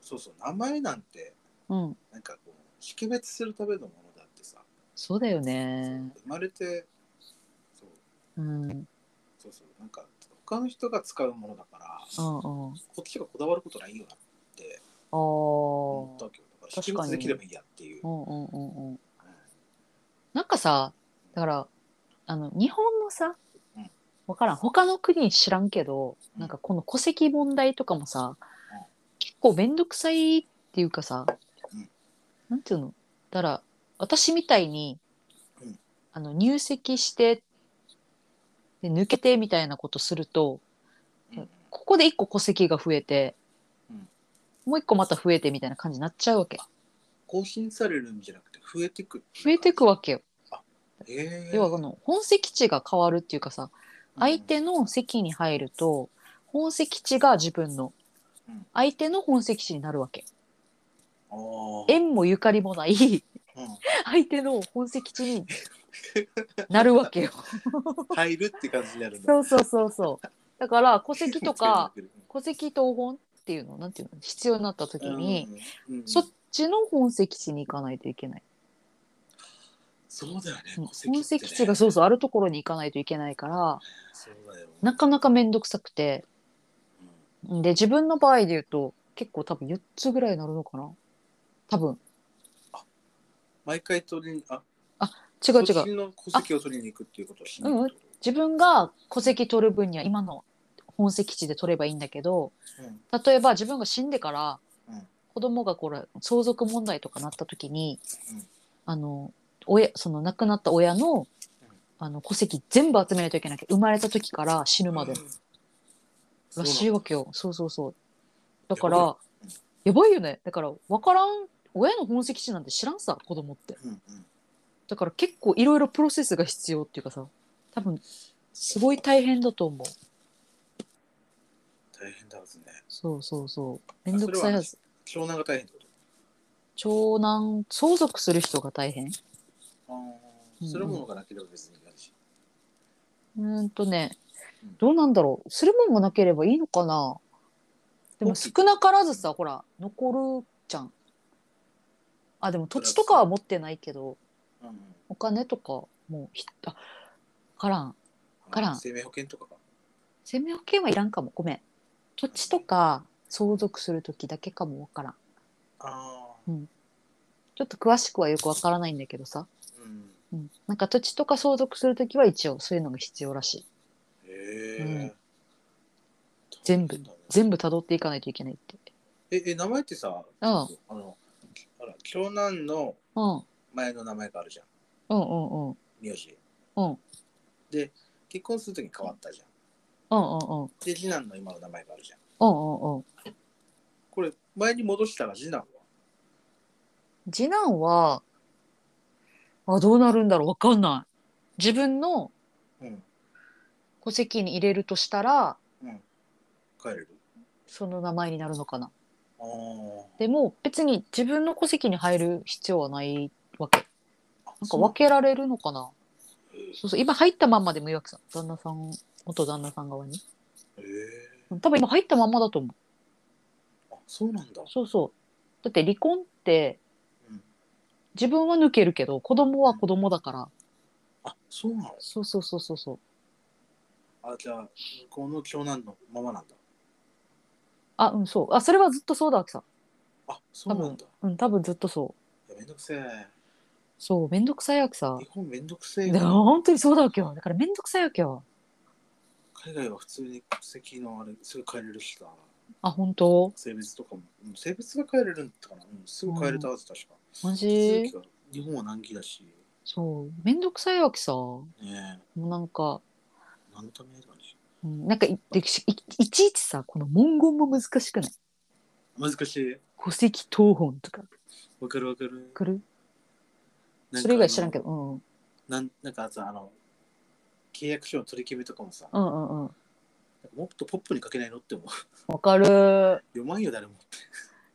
B: そうそう名前なんて
C: うん。
B: なんかこう識別するためのものだってさ、
C: そうだよ
B: そう
C: ね。
B: 生まれてそう
C: うん。うん
B: そうそうなんか他の人が使うものだから
C: うん。
B: こっちがこだわることないよなって
C: あ
B: 思った
C: あ。
B: わけどだから識別できればいいやっていう
C: う。んうんうんうん。
B: うん
C: なんかさ、だから、あの、日本のさ
B: うん、
C: わからん。他の国知らんけど、
B: うん
C: なんかこの戸籍問題とかもさ
B: うん、
C: 結構めんどくさいっていうかさ
B: うん、
C: なんていうのだから、私みたいに
B: うん、
C: あの、入籍して、で抜けてみたいなことすると、
B: うんうん
C: ここで一個戸籍が増えて
B: うん、
C: もう一個また増えてみたいな感じになっちゃうわけ。
B: 更新されるんじゃなくて増えてく
C: 増えていくわけよ。
B: け、えー
C: 要はこの本籍地が変わるっていうかさ相、
B: うん
C: 手の席に入ると本籍地が自分の
B: うん
C: 相手の本籍地になるわけ
B: あー
C: 縁もゆかりもない
B: う
C: 相手の本籍地になるわけよ
B: ん入るって感じになるんだ、
C: そうそうそうそうだから戸籍とか
B: うん
C: 戸籍謄本っていうのなんていうの必要になった時に、
B: うんうん
C: そっちの本籍地に行かないといけない、
B: そうだよね
C: うん
B: 戸籍ってね
C: 本籍地がそうそうあるところに行かないといけないから
B: そうだよ
C: なかなか面倒くさくて
B: うん
C: で自分の場合で言うと結構多分4つぐらいになるのかな多分
B: 毎回取りにあ
C: 違う
B: そっ
C: 違
B: ち
C: う
B: の戸籍を取りに行くっていうことをしないってこ
C: 自分が戸籍取る分には今の本籍地で取ればいいんだけど
B: とうん
C: 例えば自分が死んでから
B: うん
C: 子供がこれ相続問題とかなった時に、
B: うん
C: あの親その亡くなった親のあの戸籍全部集めないといけないけど生まれた時から死ぬまで
B: うん
C: らしいわけよそうそうそうだから
B: やば
C: やばいよねだから分からん親の本籍地なんて知らんさ子供って。
B: うんうん
C: だから結構いろいろプロセスが必要っていうかさ多分すごい大変だと思う
B: 大変だはずね
C: そうそうそうめんどくさいはず
B: 長男が大変ってこと
C: 長男相続する人が大変
B: あ
C: うん
B: ーするものがなければ別にいないし
C: うーんとね
B: うん
C: どうなんだろうするもんがなければいいのかなでも
B: 大きい
C: 少なからずさほら残るじゃんあでも土地とかは持ってないけど
B: うんうん
C: お金とかもうひあわからんからん
B: 生命保険とかか
C: 生命保険はいらんかもごめん土地とか相続する時だけかもわからん
B: あ
C: ちょっと詳しくはよくわからないんだけどさ、
B: ーうん
C: うん、なんか土地とか相続するときは一応そういうのが必要らしい
B: へ
C: う
B: え
C: ん全部全部辿っていかないといけないって
B: ええ名前ってさ
C: うん
B: あのほら長男の
C: うんうん
B: 前の名前があるじゃん
C: うんうんうん
B: 名字
C: うんうん
B: で結婚するとき変わったじゃん
C: うん
B: で次男の今の名前があるじゃん
C: うんうん
B: これ前に戻したら次男は
C: 次男はあどうなるんだろうわかんない自分の
B: うん
C: 戸籍に入れるとしたら
B: うん帰れる
C: その名前になるのかな
B: ああ
C: でも別に自分の戸籍に入る必要はないわけなんか分けられるのかなそうそう今入ったまんまでもいいわけさ旦那さん元旦那さん側に
B: へえ
C: うん多分今入ったまんまだと思う
B: あそうなんだ
C: そうそうだって離婚って
B: うん
C: 自分は抜けるけど子供は子供だから
B: あそうなの
C: そうそうそうそうそう
B: あじゃあ向こうの長男のままなんだ
C: あうんそうあそれはずっとそうだわけさ
B: あそうなんだ
C: うん多分ずっとそ
B: いやめんどくせえ
C: うそうめんどくさいわけさ
B: 日本めんどくせえ
C: で
B: よ
C: も 本当にそうだわけよだからめんどくさいわけよ
B: 海外は普通に国籍のあれすぐ変えれるしさ
C: あ本当
B: 性別とかもうん性別が変えれるんだったかな、うん、すぐ変えれたはず確か、
C: マ
B: 手
C: ジ
B: 続きは日本は難儀だし
C: そうめんどくさいわけさも
B: ねえ
C: うなんか
B: 何のためだ感じ
C: うんなんかいでしいいちいちさこの文言も難しくない
B: 難しい
C: 戸籍謄本とか
B: わかるわかる
C: 来る
B: なんか
C: それ以外知らんけ
B: ど
C: どうん
B: なんなんかさあの契約書の取り決めとかもさ、
C: うんうんうん
B: もっとポップに書けないのって思う
C: わかる
B: 読まんよ誰も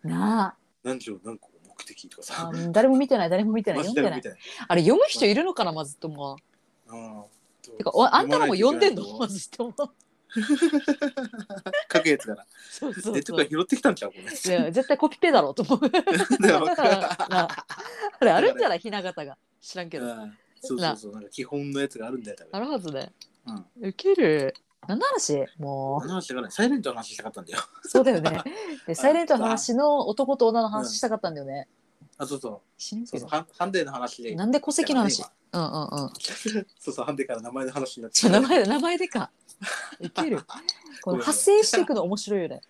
C: な
B: 何条何個目的とか
C: あ
B: さ
C: あの誰も見てない誰も見てない
B: マジ
C: 読
B: で
C: んでな
B: み
C: い
B: たいな
C: あれ読む人いるのかなまずとも
B: うん
C: てかおあんたらも読んでんの
B: 読ま
C: ま
B: ないといけないと思う
C: ずとも
B: 書くやつ から
C: そうそ
B: ネッ
C: う
B: ト
C: そ
B: から
C: う
B: 拾ってきたんちゃうこれ
C: いや絶対コピペだろうと思う
B: だから
C: なああれあるんじゃないひな形が知らんけど
B: うんそうそうそうなんか基本のやつがあるんだよ
C: あ
B: 多分
C: るはずで
B: うん
C: ウケる何の話も
B: あの話したからサイレントの話したかったんだよ
C: うそうだよねでサイレントの話の男と女の話したかったんだよね、
B: あそうそう
C: 知らん
B: そ
C: け
B: うそ
C: ど
B: うハンハンデの話で
C: なんで戸籍の話
B: 今
C: うんうんうん
B: そうそうハンデから名前の話になっ
C: ち
B: ちゃ
C: ょ
B: う
C: 名前で名前 でかいけるこの発生していくの面白いよね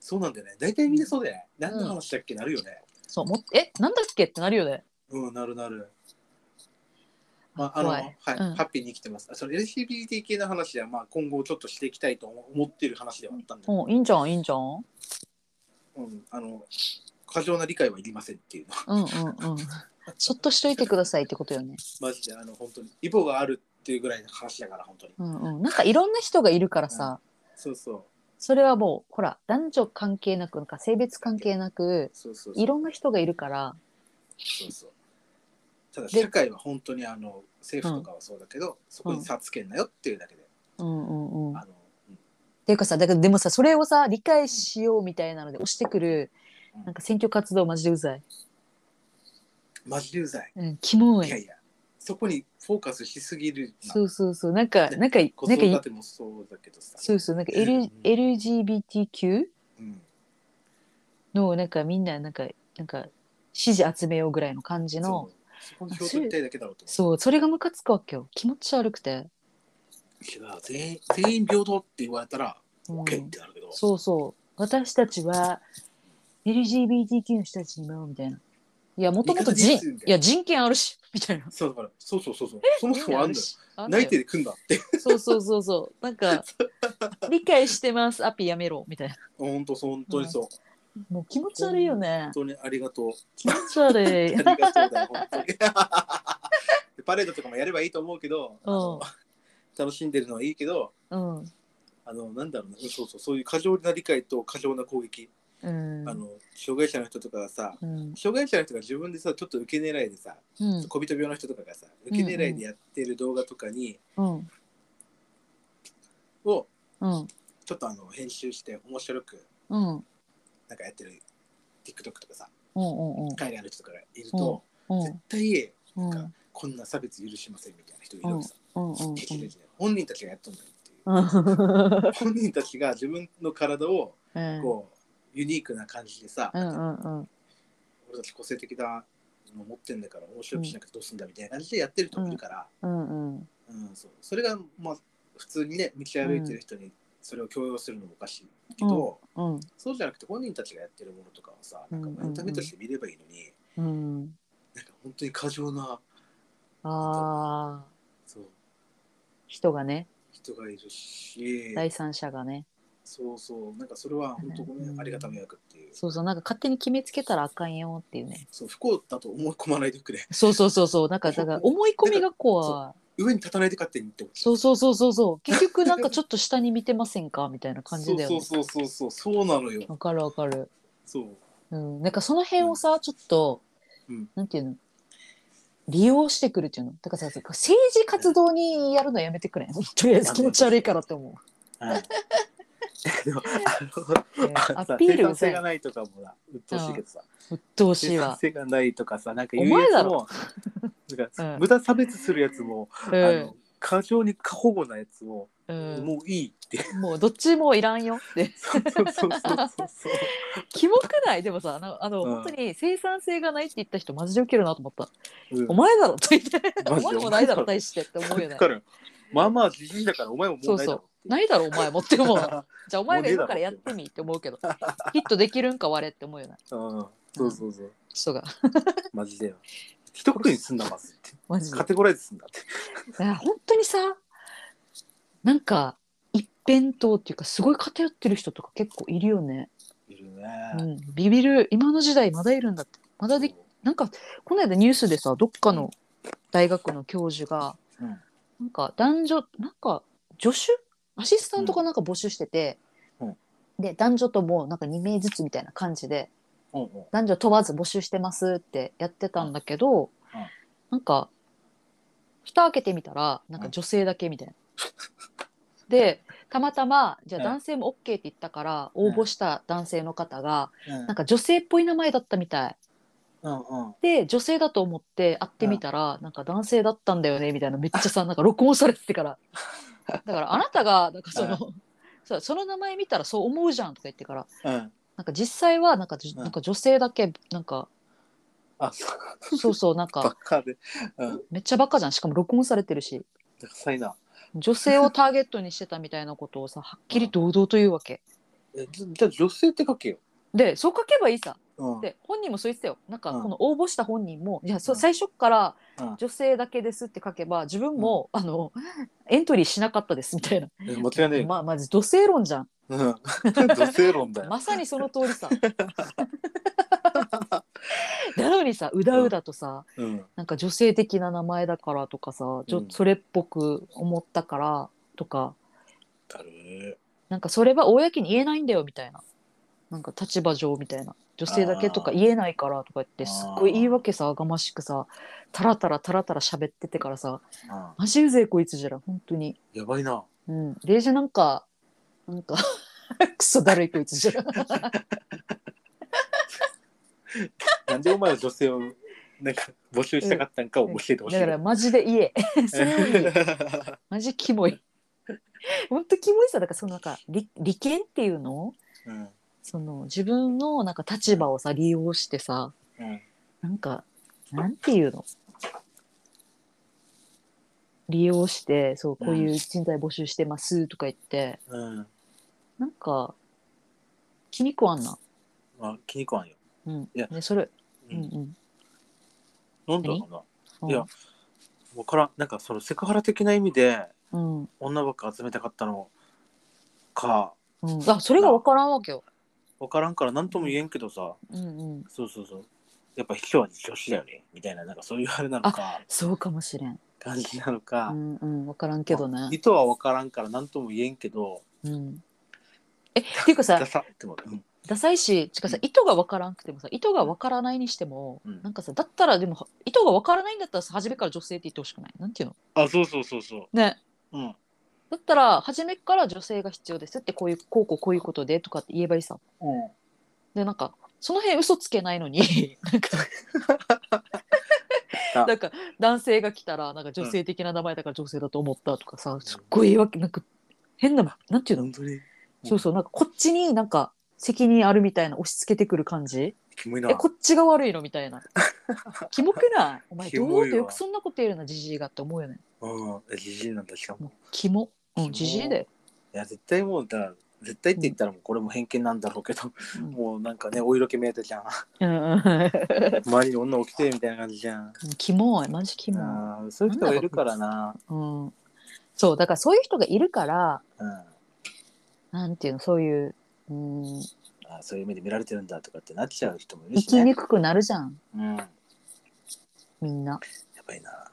B: そうなんだよね大体みんなそうだよね何の話だっけなるよね
C: そうもえなんだっけってなるよね
B: うん、なるなる。まあ、あの、は
C: 怖
B: いい、
C: うん
B: ハッピーに生きてます。あその LGBT 系の話では、まあ、今後ちょっとしていきたいと思っている話ではあったんだけど、
C: うんいいんじゃんいいんじゃんうん
B: うん、あの、過剰な理解はいりませんっていうのは、
C: うんうんそっとしといてくださいってことよね
B: マジで、あの、本当に、イボがあるっていうぐらいの話だから、本当に。
C: うんうんなんかいろんな人がいるからさ、
B: そうそう、
C: それはもうほら男女関係なくなんか性別関係なく
B: そうそうそう
C: いろんな人がいるから
B: そうそう。ただ、
C: で
B: 社会は本当に、あの、政府とかはそうだけど、そこに差つけんなよっていうだけで、
C: うんうんうん
B: あの、うん
C: っていうかさだけどでもさそれをさ理解しようみたいなので押してくる
B: うん
C: なんか選挙活動マジでうざい、
B: マジでうざい。
C: うん、キモ
B: いや
C: い
B: いや、そこにフォーカスしすぎるな。
C: そうそうそうなんかなんかなん
B: 子育
C: か
B: てもそうだけどさ。
C: そうそうなんか L
B: うん
C: LGBTQ
B: うん
C: のなんかみんななんかなんか支持集めようぐらいの感じの
B: そうそこに票取りたいだけだろうと
C: そうそれがムカつくわけよ気持ち悪くて、
B: 思う。違う全員全員平等って言われたら、
C: うん
B: OK ってなるけど、
C: そうそう私たちは LGBTQ の人たちにもみたいないやもともと人い
B: 味方ですみたいな
C: や人権あるしみたいな
B: そうだから、そうそうそうそう、そもそもあんだよ。
C: あんだよ
B: 泣いてで組んだって、
C: そうそうそうそうなんか理解してますアピやめろみたいな
B: 本当そう本当にそう、
C: もう気持ち悪いよね
B: 本当にありがとう。
C: 気持ち悪い
B: ありがとうだよ本当に。でパレードとかもやればいいと思うけど、あの楽しんでるのはいいけど、
C: うんうん
B: あのなんだろうな、うんそうそうそういう過剰な理解と過剰な攻撃、
C: うん
B: あの障害者の人とかがさ。
C: うん
B: 障害者の人が自分でさちょっと受け狙いでさ、
C: うん
B: 小人病の人とかがさ受け狙いでやってる動画とかに、
C: うん
B: を
C: うん
B: ちょっとあの編集して面白く
C: うん
B: なんかやってる TikTok とかさ
C: うんうんうん
B: 海外の人とかがいると、
C: うん
B: 絶対
C: うん
B: なんかこんな差別許しませんみたいな人いるわけさ、
C: うんうん
B: 敵で本人たちがやっとんだよっていう、
C: うん
B: 本人たちが自分の体をこう、ユニークな感じでさ、
C: うんうんうん
B: 俺たち個性的なの持ってんだから面白くしなくてどうすんだみたいな感じでやってる人もいるから、
C: うんうん
B: うんそうそれがまあ普通にね道歩いてる人にそれを強要するのもおかしいけど、
C: うん
B: そうじゃなくて本人たちがやってるものとかをさなんか
C: うんうん
B: エンタメとして見ればいいのに、
C: うん
B: なんか本当に過剰な
C: ああ
B: そう
C: 人がね
B: 人がいるし
C: 第三者がね
B: そうそうなんかそれは本当ごめん、
C: うん
B: ありがた迷惑っていう
C: そうそうなんか勝手に決めつけたらあかんよっていうね
B: そう不幸だと思い込まないでくれ
C: そうそうそうそうなんかだから思い込みが怖い
B: 上に立たないで勝手にって
C: そうそうそうそ うそう結局なんかちょっと下に見てませんかみたいな感じだよ
B: そう
C: ね
B: そうそうそうそうそうなのよ
C: わかるわかる
B: そう
C: うんなんかその辺をさちょっと、
B: うん
C: なんていうの利用してくるっていうのだからさ政治活動にやるのやめてくれんとりあえず気持ち悪いからって思
B: はい でも
C: う、え
B: あ
C: ー
B: の
C: ア
B: さ
C: ピール
B: 生産
C: うざ
B: 性
C: い
B: がないとかもな鬱陶しいけどさ
C: うっとうしい
B: 生産
C: わ、
B: 性がないとかさなんか
C: お前だ
B: も
C: ろ
B: なんか
C: うん
B: 無駄差別するやつも、
C: う
B: あ
C: ん
B: の過剰に過保護なやつも
C: ううん、も
B: もういいって。
C: うどっちもいらんよって
B: そうそうそうそうそう。
C: キモくないでもさあのあの、
B: うん
C: 本当に生産性がないって言った人マジでウケるなと 思った、
B: うん
C: お前だろと言って
B: マ
C: お
B: ジで
C: 前もないだろ大してって思うよ
B: だ
C: ね
B: からまあまあじじいだからお前ももうないだろって
C: ないだろお前もって思 うじゃあお
B: もう
C: 前が
B: ねえだろ
C: 今からやってみって思うけどヒットできるんか我って思うよ
B: う
C: ね
B: んそうそうそう。
C: 人が
B: マジでよ。一括りにすんなまずって。
C: マジで
B: カテゴライズすんだって。
C: いや本当にさなんか一辺倒っていうかすごい偏ってる人とか結構いるよね、
B: いる
C: う
B: ね。
C: ん、ビビる今の時代まだいるんだってまだでなんかこの間ニュースでさどっかの大学の教授が、
B: うん
C: なんか男女なんか助手アシスタントかなんか募集してて、
B: うん
C: で男女ともなんか2名ずつみたいな感じで
B: うんうん
C: 男女問わず募集してますってやってたんだけど、
B: うん
C: なんか蓋開けてみたらなんか女性だけみたいな。でたまたまじゃあ
B: うん
C: 男性も OK って言ったから応募した男性の方が
B: うん
C: なんか女性っぽい名前だったみたい
B: うんうん。
C: で女性だと思って会ってみたらなんか男性だったんだよねみたいなめっちゃさなんか録音されててからだからあなたがなんかそのそうその名前見たらそう思うじゃんとか言ってから
B: うん。
C: なんか実際はなんかじ
B: うん
C: なんか女性だけなんか
B: あ、そう
C: そうそうなん
B: バ
C: か
B: カで。うん。
C: めっちゃバカじゃんしかも録音されてるし
B: ダサいな。
C: 女性をターゲットにしてたみたいなこと をさはっきり堂々と言うわけ
B: えじゃじゃあ女性って書けよ。
C: でそう書けばいいさ
B: うん。
C: で本人もそう言ってたよなんか
B: うん
C: この応募した本人もいやそう
B: うん
C: 最初っから
B: うん
C: 女性だけですって書けば自分も、あのエントリーしなかったですみたい な
B: え間違いないよ。
C: まあまず女性論じゃん
B: うん。 女性論だ よ。
C: まさにその通り さなのにさうだうだとさ
B: うん。
C: なんか女性的な名前だからとかさちょ
B: うん
C: それっぽく思ったからとか、
B: だる
C: なんかそれは公に言えないんだよみたいな。なんか立場上みたいな。女性だけとか言えないからとか言って
B: あー
C: すっごい言い訳さがましくさタラタラタラタラ喋っててからさ
B: ー。うん。
C: マジうぜえこいつじゃら本当に
B: やばいな。
C: うんデイジなんかなんか クソだるいこいつじゃら
B: なんでお前は女性をなんか募集したかったんかを教えてほしい。
C: だからマジで言えそれを言えマジキモい本当キモいさだからそのなんか利利権っていうの
B: うん。
C: その自分のなんか立場をさ利用してさ
B: うん。
C: なんか、なんていうの利用して、そう、こういう人材募集してますとか言って、
B: うん。
C: なんか、気に食わんな。
B: あ、気に食わんよ。
C: うん。
B: いや
C: ね、それ、
B: う
C: うん
B: ん。
C: うん
B: なんだろうな。
C: うん。
B: いやわからん。なんかそのセクハラ的な意味で
C: うん。う
B: 女ばっか集めたかったのか、
C: ん。あ、それがわからんわけよ。
B: わからんから何とも言えんけどさ、
C: うんうん。
B: そうそうそう。やっぱ秘書は女子だよねみたいな、なんかそういうあれなのか、
C: そうかもしれん。
B: 感じなの
C: う
B: か、
C: んうん。わからんけどね。
B: 意図はわからんから何とも言えんけど、
C: うん。え、っていうか
B: ダ
C: さ、
B: サって思う。うん
C: ダサいし、ちかさ、意図がわからんくてもさ、意図がわからないにしても、
B: うん
C: なんかさ、だったらでも、意図がわからないんだったらさ、初めから女性って言ってほしくないなんていうの
B: あ、そうそうそうそ
C: ね。
B: う。うん。
C: だったら初めから女性が必要ですってこういうこうこうこういうことでとかって言えばいいさ
B: うん。
C: でなんかその辺嘘つけないのになんか
B: あ
C: なんか男性が来たらなんか女性的な名前だから女性だと思ったとかさすっごい言い訳なんか変ななんていうの、
B: 本当に。うん
C: そうそうなんかこっちになんか責任あるみたいな押し付けてくる感じ
B: キモいな
C: え。こっちが悪いのみた いなキモくないお前
B: キ
C: ど
B: モい
C: う
B: わ
C: ってよくそんなこと言えるなじじいがって思うよね
B: うん。えじじいなんだ、しかも。
C: キモ
B: キ
C: う
B: モ
C: んじじいだよ、
B: いや、絶対もう、だから絶対って言ったらもうこれも偏見なんだろうけど、
C: うん
B: もうなんかね、お色気目当てじゃん。
C: うんうん、
B: 周りに女起きてみたいな感じじゃん。
C: キモいマジキモい
B: あーそういう人がいるからな。
C: うん、そうだからそういう人がいるから
B: うん。
C: なんていうのそういう、うん、
B: あそういう目で見られてるんだとかってなっちゃう人もいる
C: 生
B: し
C: き
B: ね
C: に。くくなるじゃん
B: うん。や
C: みんな、
B: ばいな。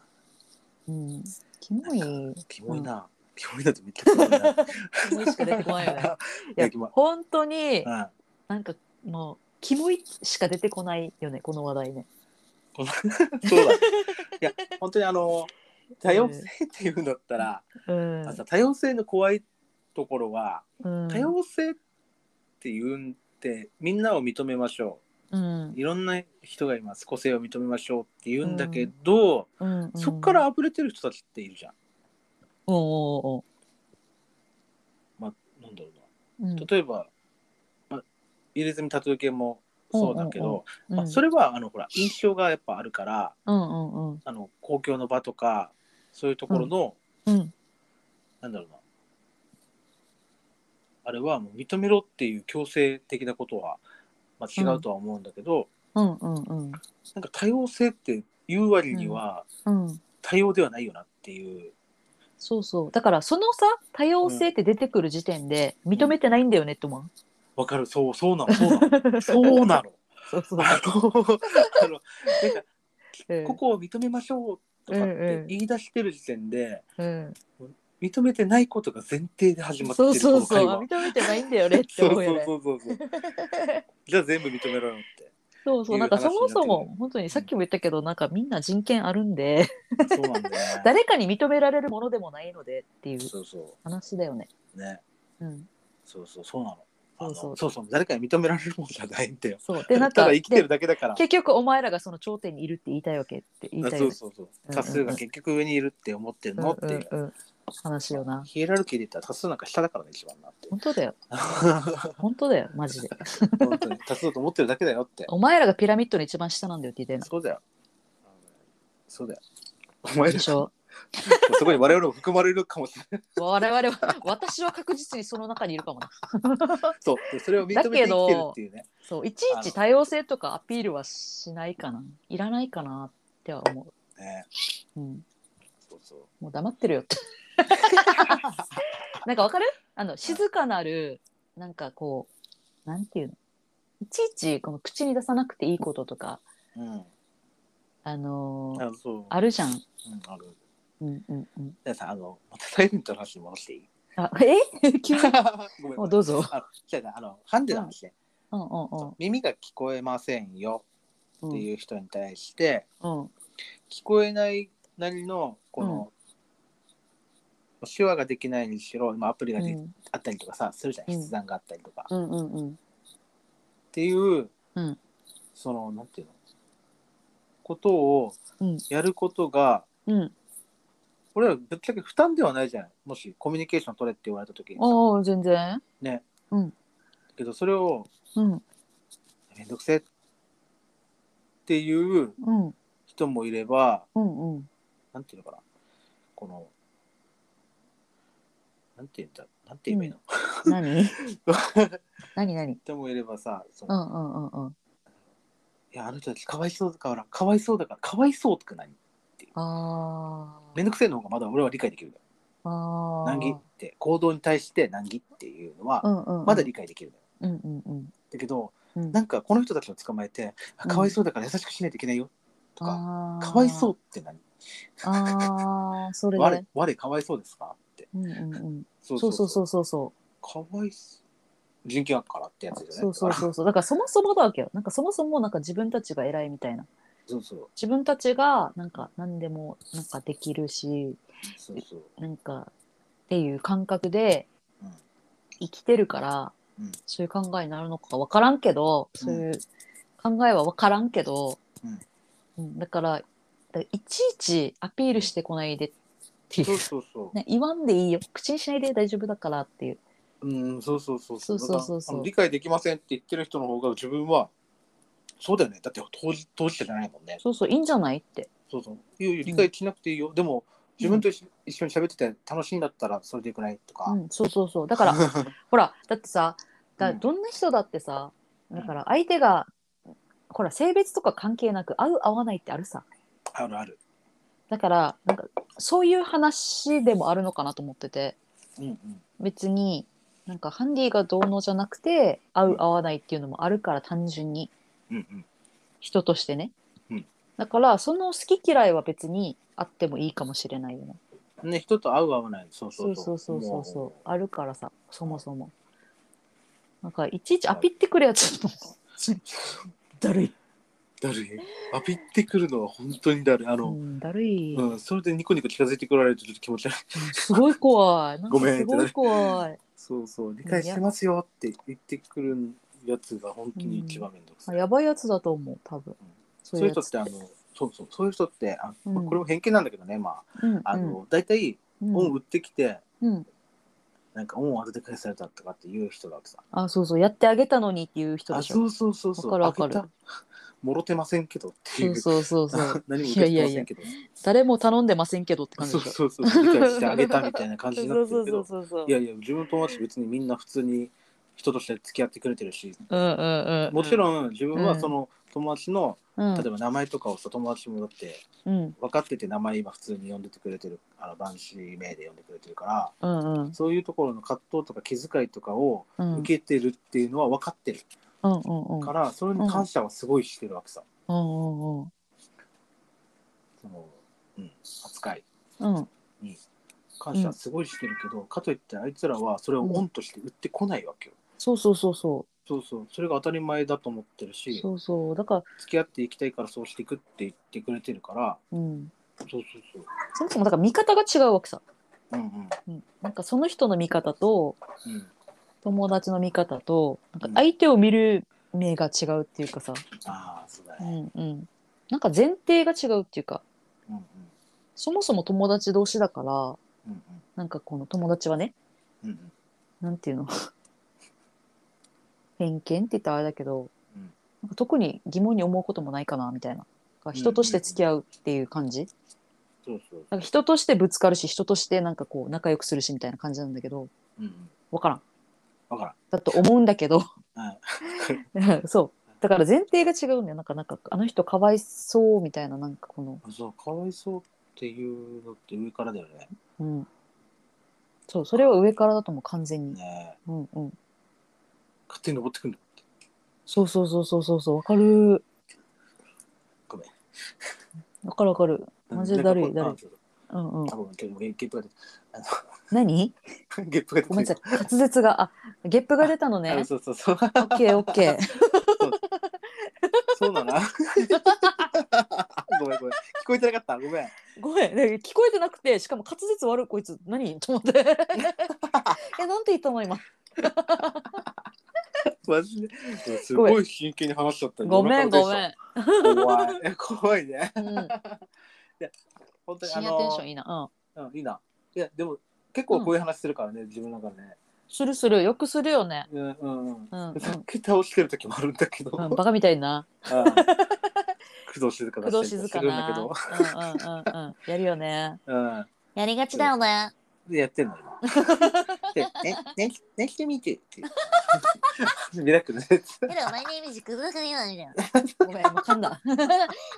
C: うん、キモい
B: キモいな。キモいなってめっちゃキモいな。
C: キモいしか出てこないよ ね
B: い
C: い
B: や
C: や
B: キモい
C: 本当に
B: うん。
C: なんかもうキモいしか出てこないよねこの話題ね
B: このそうだ。いや、本当にあ の、多様性っていうんだったら、
C: うん
B: あさ多様性の怖いところは、
C: うん
B: 多様性って言うんって、みんなを認めましょ
C: うん
B: う。いろんな人がいます。個性を認めましょうって言うんだけど、
C: うん
B: そっからあぶれてる人たちっているじゃん。
C: おうおうおううん
B: 例えば、まあ、入れ墨タトゥー系もそうだけど、
C: うんうん
B: まあ、それはあのほら印象がやっぱあるから
C: うんうんうん
B: あの公共の場とかそういうところの、
C: うん
B: なんだろうなあれはもう認めろっていう強制的なことは、まあ、違うとは思うんだけど、
C: うんうん
B: なんか多様性って言う割には
C: うんうん
B: 多様ではないよなっていう、
C: そうそうだからそのさ多様性って出てくる時点で認めてないんだよねって思う
B: わかるそうそうなのそうな のそうなの。
C: そうそう
B: あの あのなんか
C: うん
B: ここを認めましょうとかっ
C: うんう
B: て
C: ん
B: 言い出してる時点で
C: うん
B: 認めてないことが前提で始まって
C: そ
B: る
C: うそう
B: この
C: そ
B: 会
C: う
B: 話
C: 認めてないんだよねって
B: そう
C: 思う
B: そ
C: よ
B: う
C: ね
B: そうそうそう じゃあ全部認めろよって
C: そうそう
B: いう
C: なんかそ
B: 話になっ
C: もそ
B: てく
C: も
B: る
C: 本当にさっきも言ったけどなんかみんな人権あるんで
B: そうなんだよね
C: 誰かに認められるものでもないのでっていう
B: そうそ
C: 話だよね
B: うね
C: うん
B: そうそうそうなのあの
C: そうそう
B: そうそう誰かに認められるもんじゃないんだよ
C: そうでなん
B: た
C: か
B: だ生きてる
C: で
B: だけだから
C: 結局お前らがその頂点にいるって言いたいわけって言い
B: あ
C: たい
B: そ
C: よ
B: う
C: ね
B: そうそう
C: うん
B: 多数が結局上にいるって思ってるのって
C: うん
B: いうう、
C: んうん話よな
B: ヒエラルキーで言ったら多数なんか下だからね一番な って
C: 本当だよ本当だよマジで
B: 本当に多数だと思ってるだけだよって
C: お前らがピラミッドの一番下なんだよって言って
B: そうだよ。そうだよ。お前
C: るで
B: ら
C: し
B: そ
C: ょ
B: こに我々も含まれるかもしれない。
C: 我々は私は確実にその中にいるかもな
B: そう。でそれを認めて生きてるっていうね。
C: そういちいち多様性とかアピールはしないかないらないかなっては思
B: ね
C: う、うん、
B: そうそう。
C: もう黙って るよってなんかわかるあの静かなるなんかこうなんていうのいちいちこの口に出さなくていいこととか
B: うん。
C: あのー
B: あそう。
C: あるじゃん、
B: うん、ある。
C: うんうんうん、
B: じゃあさ、あの、またサイレントの話に戻していい
C: あえ 急に
B: ごめん。
C: おどうぞ
B: あじゃあねあの、ハンデの話ね。
C: うんうんうん
B: 耳が聞こえませんよ
C: う
B: って
C: ん
B: いう人に対して、
C: うん
B: 聞こえないなりの、この、手話ができないにしろ、今アプリが
C: う
B: で、
C: ん
B: あったりとかさ、するじゃん。
C: うん
B: 筆談があったりとか。
C: うんうんうん
B: っていう、
C: うん
B: そのなんていうのことを
C: うん
B: やることが
C: うん
B: 俺らぶっちゃけ負担ではないじゃないもしコミュニケーション取れって言われた時にさ
C: ああ全然
B: ね、
C: うん
B: だけどそれを
C: うん
B: めんどくせえっていう
C: うん
B: 人もいれば
C: うんうん
B: なんていうのかなこのなんて言うんだなんて言えばいいの、
C: 何 何何
B: 人もいればさそうの、
C: んうんうんうん
B: いやあの人たちかわいそうだからかわいそうだからかわいそうとか何
C: あ
B: めんどくせえの方がまだ俺は理解できる
C: あああ
B: 難儀って行動に対して難儀っていうのは
C: うんうんうん
B: まだ理解できるのよ、
C: うんうんうん
B: だけど
C: うん
B: なんかこの人たちを捕まえて、あ
C: うん
B: かわいそうだから優しくしないといけないよとか、
C: あー
B: かわいそうって何
C: ああそれね
B: 我我かわいそうですかって
C: うんうんうん
B: そ
C: そうそうそうそうそう
B: かわいそう人権あるからってやつ
C: う
B: じゃない
C: そうそ
B: だから
C: うそうそうだからそもそもだわけよなんかそもそもなんか自分たちが偉いみたいな
B: そうそう
C: 自分たちがなんか何でもなんかできるし
B: そうそう
C: なんかっていう感覚で
B: うん
C: 生きてるから、
B: うん
C: そういう考えになるのか分からんけど、そういう考えは分からんけど、うんだからだいちいちアピールしてこないでっていう
B: そうそうそう、
C: ね、言わんでいいよ口にしないで大丈夫だからっていう
B: うんそうそうそう
C: そうそうそうそう
B: だからあの理解できませんって言ってる人の方が自分はそうだよねだって当事当事者じゃないもんね
C: そうそういいんじゃないって
B: そうそう。いやいや理解しなくていいよ。でも自分と一緒一緒に喋ってて楽しいんだったらそれでよくないとか。
C: うん、そうそうそう だからほらだってさだ
B: うん
C: どんな人だってさだから相手がほら性別とか関係なく合う合わないってあるさ
B: あるある。
C: だからなんかそういう話でもあるのかなと思ってて
B: うんうん。
C: 別になんかハンディがどうのじゃなくて合う合わないっていうのもあるから単純に
B: うんうん。
C: 人としてね、
B: うん
C: だからその好き嫌いは別にあってもいいかもしれないよね
B: ね人と合う合わない。そうそ
C: そううそうそうそう
B: も
C: そうあるからさそもそもなんかいちいちアピってくるやつもだるい、
B: だるい。アピってくるのは本当にだるい。あ
C: う
B: の、
C: ん、だるい、
B: うん、それでニコニコ近づいてくられるとちょっと気持ち悪い。
C: すごい怖いなん
B: ご
C: か
B: めん
C: すごい怖い
B: そうそう。理解してますよって言ってくるやつが本当に一番めんどくさ
C: あ
B: い。
C: やばいやつだと思う多分そ
B: そういう人
C: や
B: っ
C: つ
B: てあの、そうそう。そういう人って、あ
C: うん
B: まあこれも偏見なんだけどね。まあ、
C: うん
B: あの、大体
C: うん
B: 本売ってきて、
C: うん
B: 何なんか恩を当てて返されたとかっていう人だってさ
C: あそうそうやってあげたのにっていう人
B: あ
C: でしょ
B: そうそうそうそう
C: わかる
B: あ
C: わ
B: げたもろてませんけどってい
C: そううそうそうそう
B: 何も
C: い
B: 受
C: や
B: け
C: い
B: て
C: や
B: ま
C: い
B: せ
C: や
B: んけど
C: 誰も頼んでませんけどって感じ
B: そう
C: でしょ
B: そうそう理解してあげたみたいな感じになってるけど
C: そうそうそうそう
B: いやいや自分の友達別にみんな普通に人として付き合ってくれてるし
C: うんうんうんうん
B: もち
C: ん、
B: ろん自分はその友達の
C: うん、
B: 例えば名前とかをさ友達もだって
C: うん
B: 分かってて名前今普通に呼んでてくれてるあの番組名で呼んでくれてるから
C: うんうん
B: そういうところの葛藤とか気遣いとかを
C: うんうん
B: 受けてるっていうのは分かってる
C: うんうん
B: から、それに感謝はすごいしてるわけさ、
C: うんうん
B: そのうん、扱い
C: うん
B: に感謝はすごいしてるけど、かといってあいつらはそれをオンとして売ってこないわけよ。
C: そうそうそうそ
B: そうそうそれが当たり前だと思ってる
C: う
B: し
C: そうそうだから
B: 付き合っていきたいからそうしていくって言ってくれてるから
C: うん
B: そうそうそう
C: そもそもだから見方が違うわけさ、
B: うんうん
C: うん、なんかその人の見方と
B: うん
C: 友達の見方となんか相手を見る目が違うっていうかさ、
B: ああそうだ
C: う
B: ね
C: んうん、なんか前提が違うっていうか
B: うんうん
C: そもそも友達同士だから
B: うん
C: なんかこの友達はね
B: うんうん
C: なんていうの 偏見って言ったらあれだけど、
B: うん
C: なんか特に疑問に思うこともないかなみたいな人として付き合うっていう感じ、
B: そうそう
C: なんか人としてぶつかるし人としてなんかこう仲良くするしみたいな感じなんだけど
B: うんうん
C: 分からん
B: わか
C: だと思うんだけど
B: らん、うん、
C: そうだから前提が違うんだよなんかなんかあの人かわいそうみたいななんかこの、
B: あそうかわいそうっていうのって上からだよね
C: うん、そうそれは上からだとも完全に、
B: ねえ
C: うんうん、
B: 勝手に登ってくんだって
C: そうそうそうそうそうそうわかる
B: ごめん
C: わかるわかるマジでだるいだるい
B: い
C: うんうん
B: あごめんゲゲゲップが出
C: 何
B: たゲップが出た
C: ごめんなさい滑舌があゲップが出たのね
B: あそうそうそう
C: オッケーオッケー
B: そうだなごめんごめん聞こえてなかったごめん
C: ごめんね聞こえてなくてしかも滑舌悪いこいつ何 と思ってえなんて言ったの今
B: マジです
C: ごめん
B: ごい真剣に話しちゃった
C: ごめんごめん、
B: ん怖い 怖いね
C: うん、
B: 本当にあ
C: 深夜テンショ
B: の
C: ンいいな
B: うんいいないやでも結構こういう話するからね、自分の中でね
C: うんするするよくするよね
B: うんうんうん
C: うんうん
B: ふざけ倒してる時もあるんだけど、
C: うん、バカみたいに な
B: うん工藤静香
C: 工
B: だし
C: 藤静
B: す
C: か
B: るんだけ
C: な
B: ど、
C: うんうんうんうん、やるよね
B: うん、
A: やりがちだよね。
B: でやってんの今でねねねしてみてっていうミラクルのやつ
A: エラ、マイネームジクズカクだみたいな。
C: ごめんもう噛んだ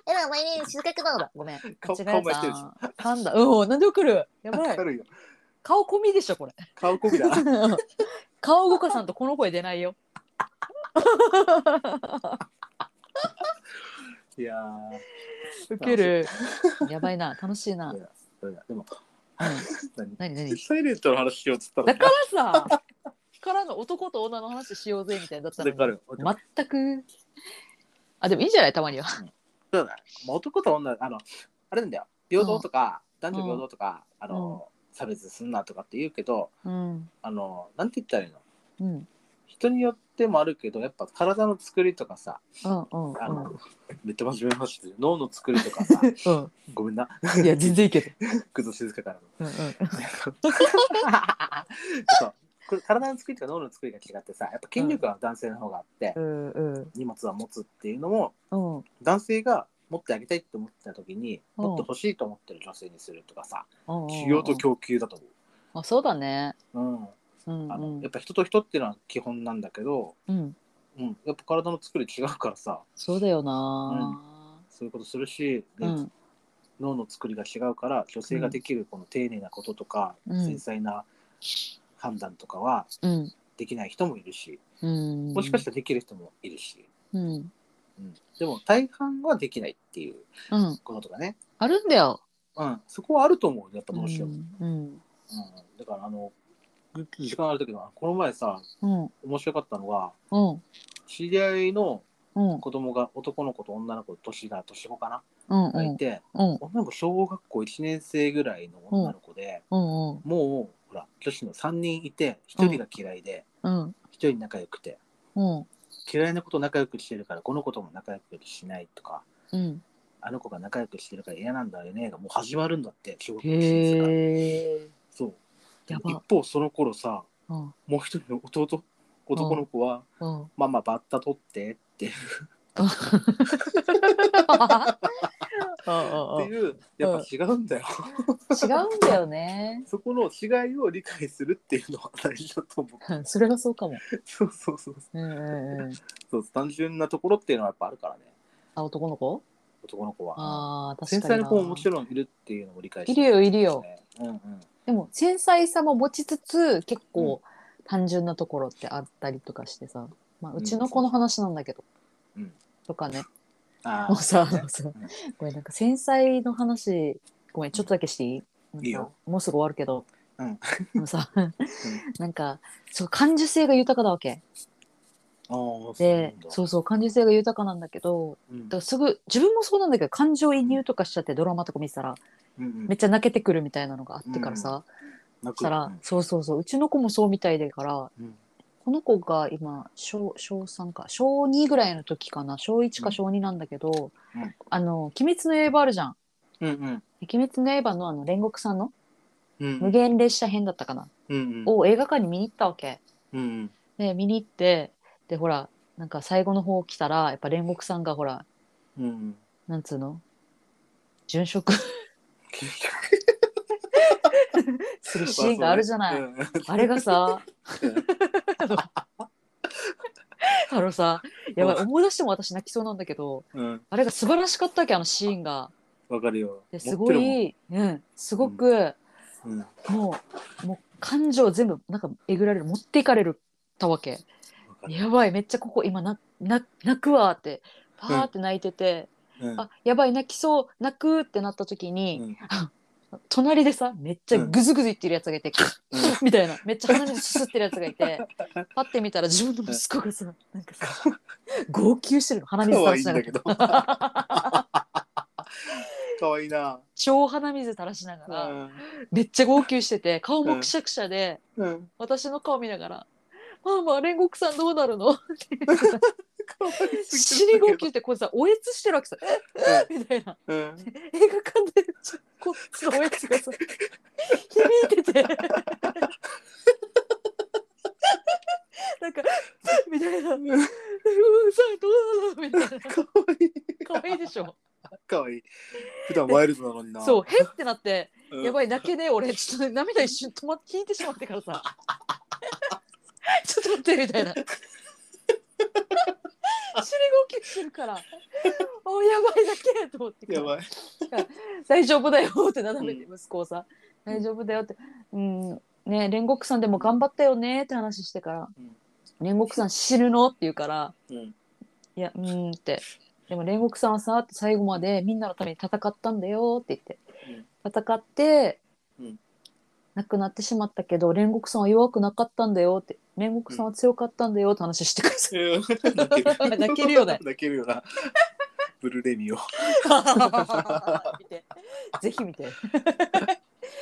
A: エラ、マイネームシズカクだだ。
C: ごめん間違え
B: 顔
C: た
B: 顔もやってるし
C: 噛んだうんなんで送るやば
B: わ
C: い
B: かるよ
C: 顔込みでしょこ れ
B: 顔こびだ
C: 顔動かさんとこの声出ないよ。
B: いや
C: ウケる。やばいな、楽しいな。う
B: い
C: ん
B: やーでも何
C: 何何
B: サイレントの話しようっつったら
C: だからさ、からの男と女の話しようぜみたいなだった
B: だか
C: の
B: ら
C: に。全く。あ、でもいいんじゃないたまには。
B: そうだね、まあ、男と女あのあれなんだよ平等とか、男女平等とか、あの、差別すんなとかって言うけど
C: うん。
B: あのなんて言ったらいいの
C: うん。
B: 人によってもあるけどやっぱ体の作りとかさ
C: うんうん
B: あの、めっちゃ真面目な話してる脳の作りと かさ
C: うん。
B: ごめんな
C: うん。いや、全然いける。
B: 工藤静香からの
C: うんうん。
B: そうこれ体の作りとか脳の作りが違ってさやっぱ筋力は男性の方があって、
C: うんうん
B: 荷物は持つっていうのも
C: うん。
B: 男性が持ってあげたいって思ってた時に、
C: うん
B: もっと欲しいと思ってる女性にするとかさ
C: うん。
B: 需要と供給だと思う。
C: あ、そうだね。
B: うん
C: うん
B: あのや
C: うん
B: っ。ぱ人と人っていうのは基本なんだけど、
C: うん。
B: うん、やっぱ体の作り違うからさ
C: そうだよな。
B: そういうことするし、で
C: うん。
B: 脳の作りが違うから女性ができるこの丁寧なこととか、
C: うん
B: 繊細な判断とかは
C: うん。
B: できない人もいるし
C: うん。
B: もしかしたらできる人もいるし、
C: うん。
B: うん、でも大半はできないっていう
C: うん。
B: こととかね、
C: あるんだよ。
B: うん、そこはあると思うやっぱどうしよう、うん
C: うん。
B: だからあの時間ある時のこの前さ
C: うん。
B: 面白かったのが
C: うん。
B: 知り合いの
C: うん。
B: 子供が男の子と女の子年が年子かな
C: うん。
B: が
C: う
B: い
C: ん。
B: て、
C: うん。
B: 女の子小学校1年生ぐらいの女の子で、
C: うん。うん。
B: もうほら女子の3人いて1人が嫌いで、
C: うん。
B: 1人仲良くて
C: うん。
B: 嫌いなこと仲良くしてるからこの子とも仲良くしないとか
C: うん。
B: あの子が仲良くしてるから嫌なんだよねがもう始まるんだって小学校1年生から
C: へえ。
B: そう
C: や
B: 一
C: ば。
B: 方その頃さ
C: うん
B: もう一人の弟男の子は、
C: うん
B: ママバッタ取ってっていうっていうやっぱ違うんだよ、
C: 違うんだよね。
B: そこの違いを理解するっていうのは大事だと思う
C: それがそうかも。
B: そうそうそう
C: うんうんうん。
B: そう単純なところっていうのはやっぱあるからね
C: あ、男の子
B: 男の子は
C: ああ、確か
B: 繊
C: にな。
B: 細な子ももちろんいるっていうのも理解して
C: いるよいるよ
B: うんうん
C: でも、繊細さも持ちつつ、結構単純なところってあったりとかしてさ。まあ、うちの子の話なんだけど。
B: うん
C: とかね。
B: あ
C: もう
B: あ
C: さ、あのさ、ごめん、なんか繊細の話、ごめん、ちょっとだけしていいなんか
B: いいよ
C: もうすぐ終わるけど。
B: うん
C: あのさ、なんか、そう、感受性が豊かなわけ。
B: あー
C: で、
B: そう
C: そうそう、感受性が豊かなんだけど、
B: なん
C: だか
B: だ
C: らすぐ自分もそうなんだけど感情移入とかしちゃってドラマとか見てたら
B: うんうんうん
C: めっちゃ泣けてくるみたいなのがあってからさ、
B: 泣
C: そ
B: く
C: したら、
B: うん
C: そうそうそううちの子もそうみたいだから
B: うん
C: この子が今小小3か小2ぐらいの時かな小1か小2なんだけど、
B: うん
C: あの「鬼滅の刃」あるじゃん。
B: うんうん
C: で鬼滅の刃のあの煉獄さんの
B: うん
C: 無限列車編だったかな、
B: うん
C: を映画館に見に行ったわけ。
B: うんうん
C: で見に行ってでほらなんか最後の方来たらやっぱ煉獄さんがほら
B: うんうん
C: なんつうの殉職するシーンがあるじゃない。
B: うん
C: あれがさ、あのさ、やばい、
B: うん
C: 思い出しても私泣きそうなんだけど、
B: うん
C: あれが素晴らしかったわけ、あのシーンが。
B: わかるよ
C: ですごい、うん、すごく、
B: 持ってるもんうん
C: もう、もう感情全部、なんかえぐられる、持っていかれるたわけ。
B: わかる
C: やばい、めっちゃここ今な、な、泣くわって、パーって泣いてて、
B: うん
C: あ、やばい、泣きそう、泣くってなった時
B: う
C: に、
B: ん
C: 隣でさ、めっちゃグズグズ言ってるやつがいて、みたいなめっちゃ鼻水すすってるやつがい てパッて見たら自分の息子がさなんかさ号泣してるの鼻水
B: 可
C: 垂ら
B: 愛い
C: し
B: ん
C: なが
B: だ
C: ら
B: け ど。可愛いな。
C: 超鼻水垂らしながら、めっちゃ号泣してて顔もくしゃくしゃで、
B: うん。
C: 私の顔見ながら「ママ煉獄さんどうなるの?」
B: 可愛す
C: 死
B: ぎる
C: に
B: ん
C: 号
B: だけ
C: 泣ってこれさおえつしてるわけさ「えっ?」みたいな
B: ど。うん。
C: 映画館でちょこっちのおやつがさ響いて てなんかみたいな「うんさどうなの?」みたいな
B: 可愛い。
C: 可愛いでし ょ
B: 可愛い。普段ワイルドなのにな。
C: そう「へっ?」てなって「
B: うん。
C: やばい泣 けねえ俺」ちょっと涙一瞬止まって引いてしまってからさ 「ちょっと待って」みたいな。死に号泣してるから 「おやばい泣け」と思ってから
B: やばい。
C: 大丈夫だよってなだめて息子をさ、大丈夫だよって、うん、ねえ煉獄さんでも頑張ったよねって話してから、煉獄さん死ぬのって言うから、
B: うん。
C: いや、うーんって、でも煉獄さんはさ、最後までみんなのために戦ったんだよって言って、戦って、
B: うん
C: 亡くなってしまったけど、煉獄さんは弱くなかったんだよって、煉獄さんは強かったんだよって話してください。 泣けるよ ね
B: 泣けるよな。ブルーレミを
C: 見てぜひ見て。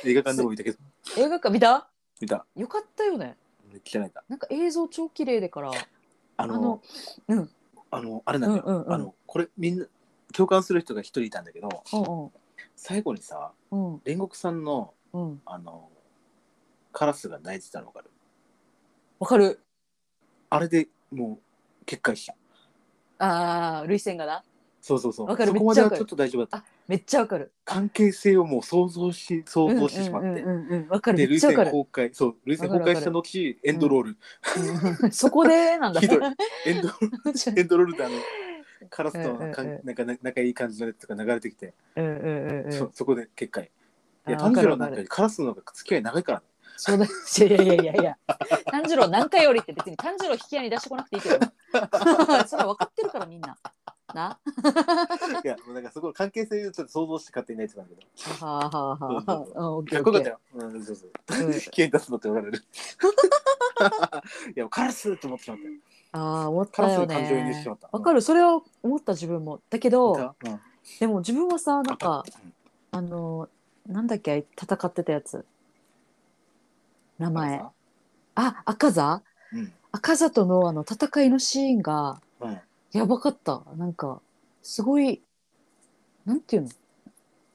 B: 映画館でも見たけど。
C: 映画館見た
B: 見た。
C: よかったよね。
B: めっちゃ泣いた。
C: なんか映像超綺麗でから。
B: あ
C: あの
B: の、
C: うん
B: あの、あれなんだ
C: うん
B: よ
C: うんう。ん
B: あの、これみんな共感する人が一人いたんだけど、
C: うん
B: 最後にさ、
C: うんうん
B: 煉獄さんの
C: うん
B: あのカラスが泣いてたのわかる
C: わかる
B: あれでもう決壊した
C: ああ涙腺がな
B: そうそうそう
C: わかる
B: そこまでは
C: めっちゃわかる
B: ちょっと大丈夫だった
C: あめっちゃわかる
B: 関係性をもう想像し想像してしまって、
C: うんうんうんうんわかる
B: で
C: め
B: 涙
C: っちゃ
B: 腺
C: わかる
B: 崩壊そう涙腺崩壊した後エンドロール、
C: うんそこでなんだ
B: ひどいエンドロールエンドロールであのカラスと
C: うんうん
B: のかん
C: うん
B: なんかな仲いい感じのやつが流れてきて、
C: うんうんうんうん
B: そそこで決壊いや
C: あーわ
B: 炭
C: か
B: 治
C: る
B: 郎
C: わ
B: なんか
C: かる
B: よりカラスの方が付き合い長いから ね
C: そ うだいやいやいやいや炭治郎何回よりって別に炭治郎引き合いに出してこなくていいけど なそれは分かってるからみんなない
B: やもうなんかそこの関係性をちょっと想像して勝手に泣いてたんだけど
C: はあはあはあ
B: そうそうそ
C: うんオッ
B: い
C: ケ
B: や
C: ー
B: よ
C: オ
B: かった
C: ッケ
B: よ。うん、そうそう。
C: うん
B: 危険出すのって言われる。 いや、カラスって思ってしまったよ。
C: ーああ思ったよ
B: カラスの感情移入してしま
C: ね
B: った
C: わかるそれは思った自分もだけど
B: うん
C: でも自分はさなんか
B: うん
C: あのなんだっけ戦ってたやつ名前あ赤座
B: うん。
C: 赤座とのあの戦いのシーンが
B: うん。
C: やばかったなんかすごいなんていうの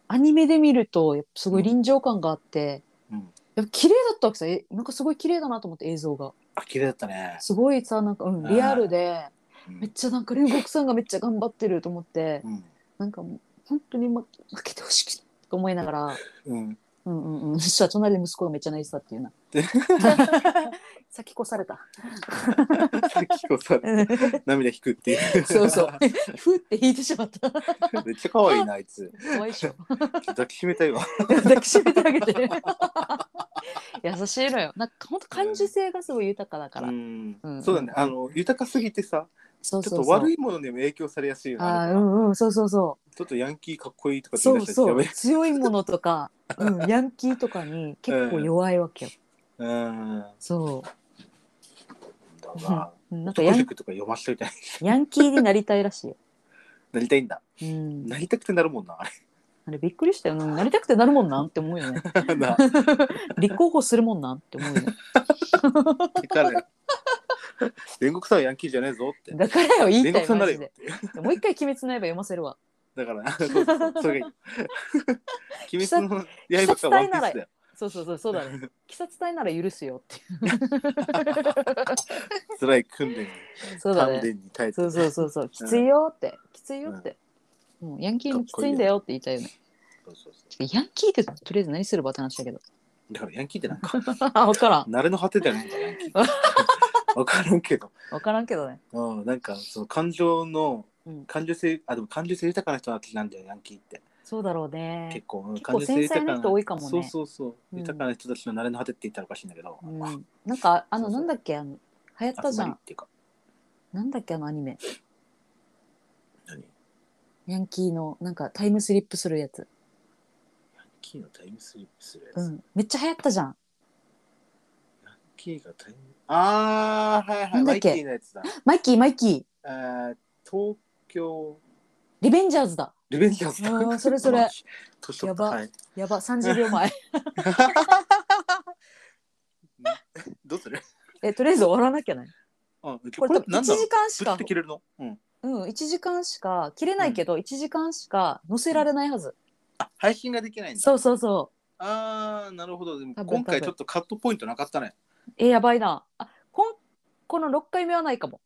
C: アニメで見るとやっぱすごい臨場感があって、
B: うん
C: やっぱ綺麗だったわけさえなんかすごい綺麗だなと思って映像が
B: あ綺麗だったね、
C: すごいさなんか、うん、リアルで
B: うん
C: めっちゃなんか煉獄さんがめっちゃ頑張ってると思って
B: うん
C: なんかもう本当に、ま、負けてほしくないと思いながら
B: うん、
C: うんうんうんそしたら隣で息子がめっちゃ泣いてたっていうな 先越され た
B: さっきこそ涙引くっていう
C: そうそうふって引いてしまった
B: めっちゃ可愛いなあいつ
C: 怖いっしょ
B: 抱きしめたいわ
C: 抱きしめてあげて 優しいのよなんか本当感受性がすごい豊かだから、
B: うん
C: うん
B: そうだねあの豊かすぎてさ
C: そう
B: ち
C: そうそ
B: ょ
C: う
B: っと悪いものにも影響されやすいよね
C: あ
B: あ
C: ー
B: れ
C: う
B: は
C: んうんそうそうそ
B: ちょっとヤンキーかっこいいとかって
C: うそ
B: 言いう出したら
C: そ
B: やば
C: う
B: い
C: 強いものとか、 うん、ヤンキーとかに結構弱いわけよ、
B: うんだ
C: そ
B: が
C: う なん
B: 男
C: かヤン
B: 塾とか読ませといたい
C: ヤンキーになりたいらしいよ、
B: なりたいんだ
C: うん、
B: なりたくてなるもんなあ
C: あれびっくりしたよななりたくてなるもんなんって思うよね
B: れ な
C: 立候補するもんなんって思うよ ね
B: だ から煉獄さんはヤンキーじゃねえぞって
C: だからよ言い
B: 煉
C: た
B: 獄
C: い
B: さんにな
C: マ
B: れ
C: ジ
B: よ
C: で
B: って
C: もう一回「鬼滅の刃」読ませるわ
B: だから そうそうそうそれがい い鬼滅の刃かワンピースだよ
C: そうそうそうそうだね鬼殺隊なら許すよって
B: 辛い訓練に
C: そうだ
B: 鍛
C: ね。
B: 錬に耐えて
C: そうそうそうそう、きついよって、きついよって。もうヤンキーもきついんだよって言いたいよね。
B: そうそうそ
C: ヤンキーってとりあえず何する場って話だけど。
B: うだからヤンキーってなんか
C: あ、分からん。
B: 慣れの果てだよねヤンキ ーわからんけど
C: 分からんけどね。
B: うん、なんかその感情の
C: うん、
B: 感受性あでも感受性豊かな人は好きなんだよヤンキーって
C: そうだろうね
B: 結。構うん
C: 構繊細な人多いかもね
B: そうそうそう、
C: うん
B: 豊かな人たちの慣れの果てって言ったらおかしいんだけど、
C: うん、なんか、あ
B: そ
C: の、
B: うそう
C: なんだっけ、あの、流行った
B: 集
C: じ
B: ま
C: ゃ
B: りっ
C: ん。
B: ていうか
C: なんだっけ、あのアニメ。
B: 何ヤン
C: ヤンキーの、なんかタイムスリップするやつ。
B: キーのタイムスリップするやつ、
C: う
B: ヤン
C: ん、めっちゃ流行ったじゃん。
B: キーがタイムああはいは
C: ないんだ
B: マ
C: っ
B: イ
C: け
B: キーのやつだ
C: マイキー、マイキー、
B: えー東京
C: リベンジャーズだ。
B: リベンジャーズだ
C: うんそれそ れ
B: 年取
C: や
B: った
C: ば
B: はい、
C: やば、三十 秒前。
B: どうする
C: え、とりあえず終わらなきゃね。
B: あ
C: こ
B: こ
C: れ
B: れ
C: 多分
B: 何
C: 一
B: だろう
C: 時間し
B: ぶっ
C: か
B: て。切れるの、うん、
C: うん、1時間しか切れないけど、一1時間しか載せられないはず、
B: あ配信ができないんだ
C: そうそうそ
B: あーなるほどでも
C: 多分
B: 今回
C: 多分
B: ちょっとカットポイントなかったね
C: うえやばいなあこんこの6回目はないかも、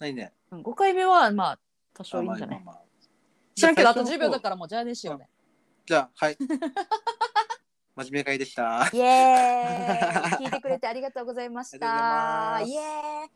B: ないね
C: うん、5回目はまあ多少いいんじゃない、
B: あまあまあまあ
C: 知らんけどあと
B: じゃ最
C: 10
B: 初の
C: 秒
B: 方
C: だからもうじゃあねし ようね、
B: じゃあはい 真面目会でした
C: イエーイ聞いてくれてありがとうございまし
B: あ
C: た
B: りがとう ございます
C: イエーイ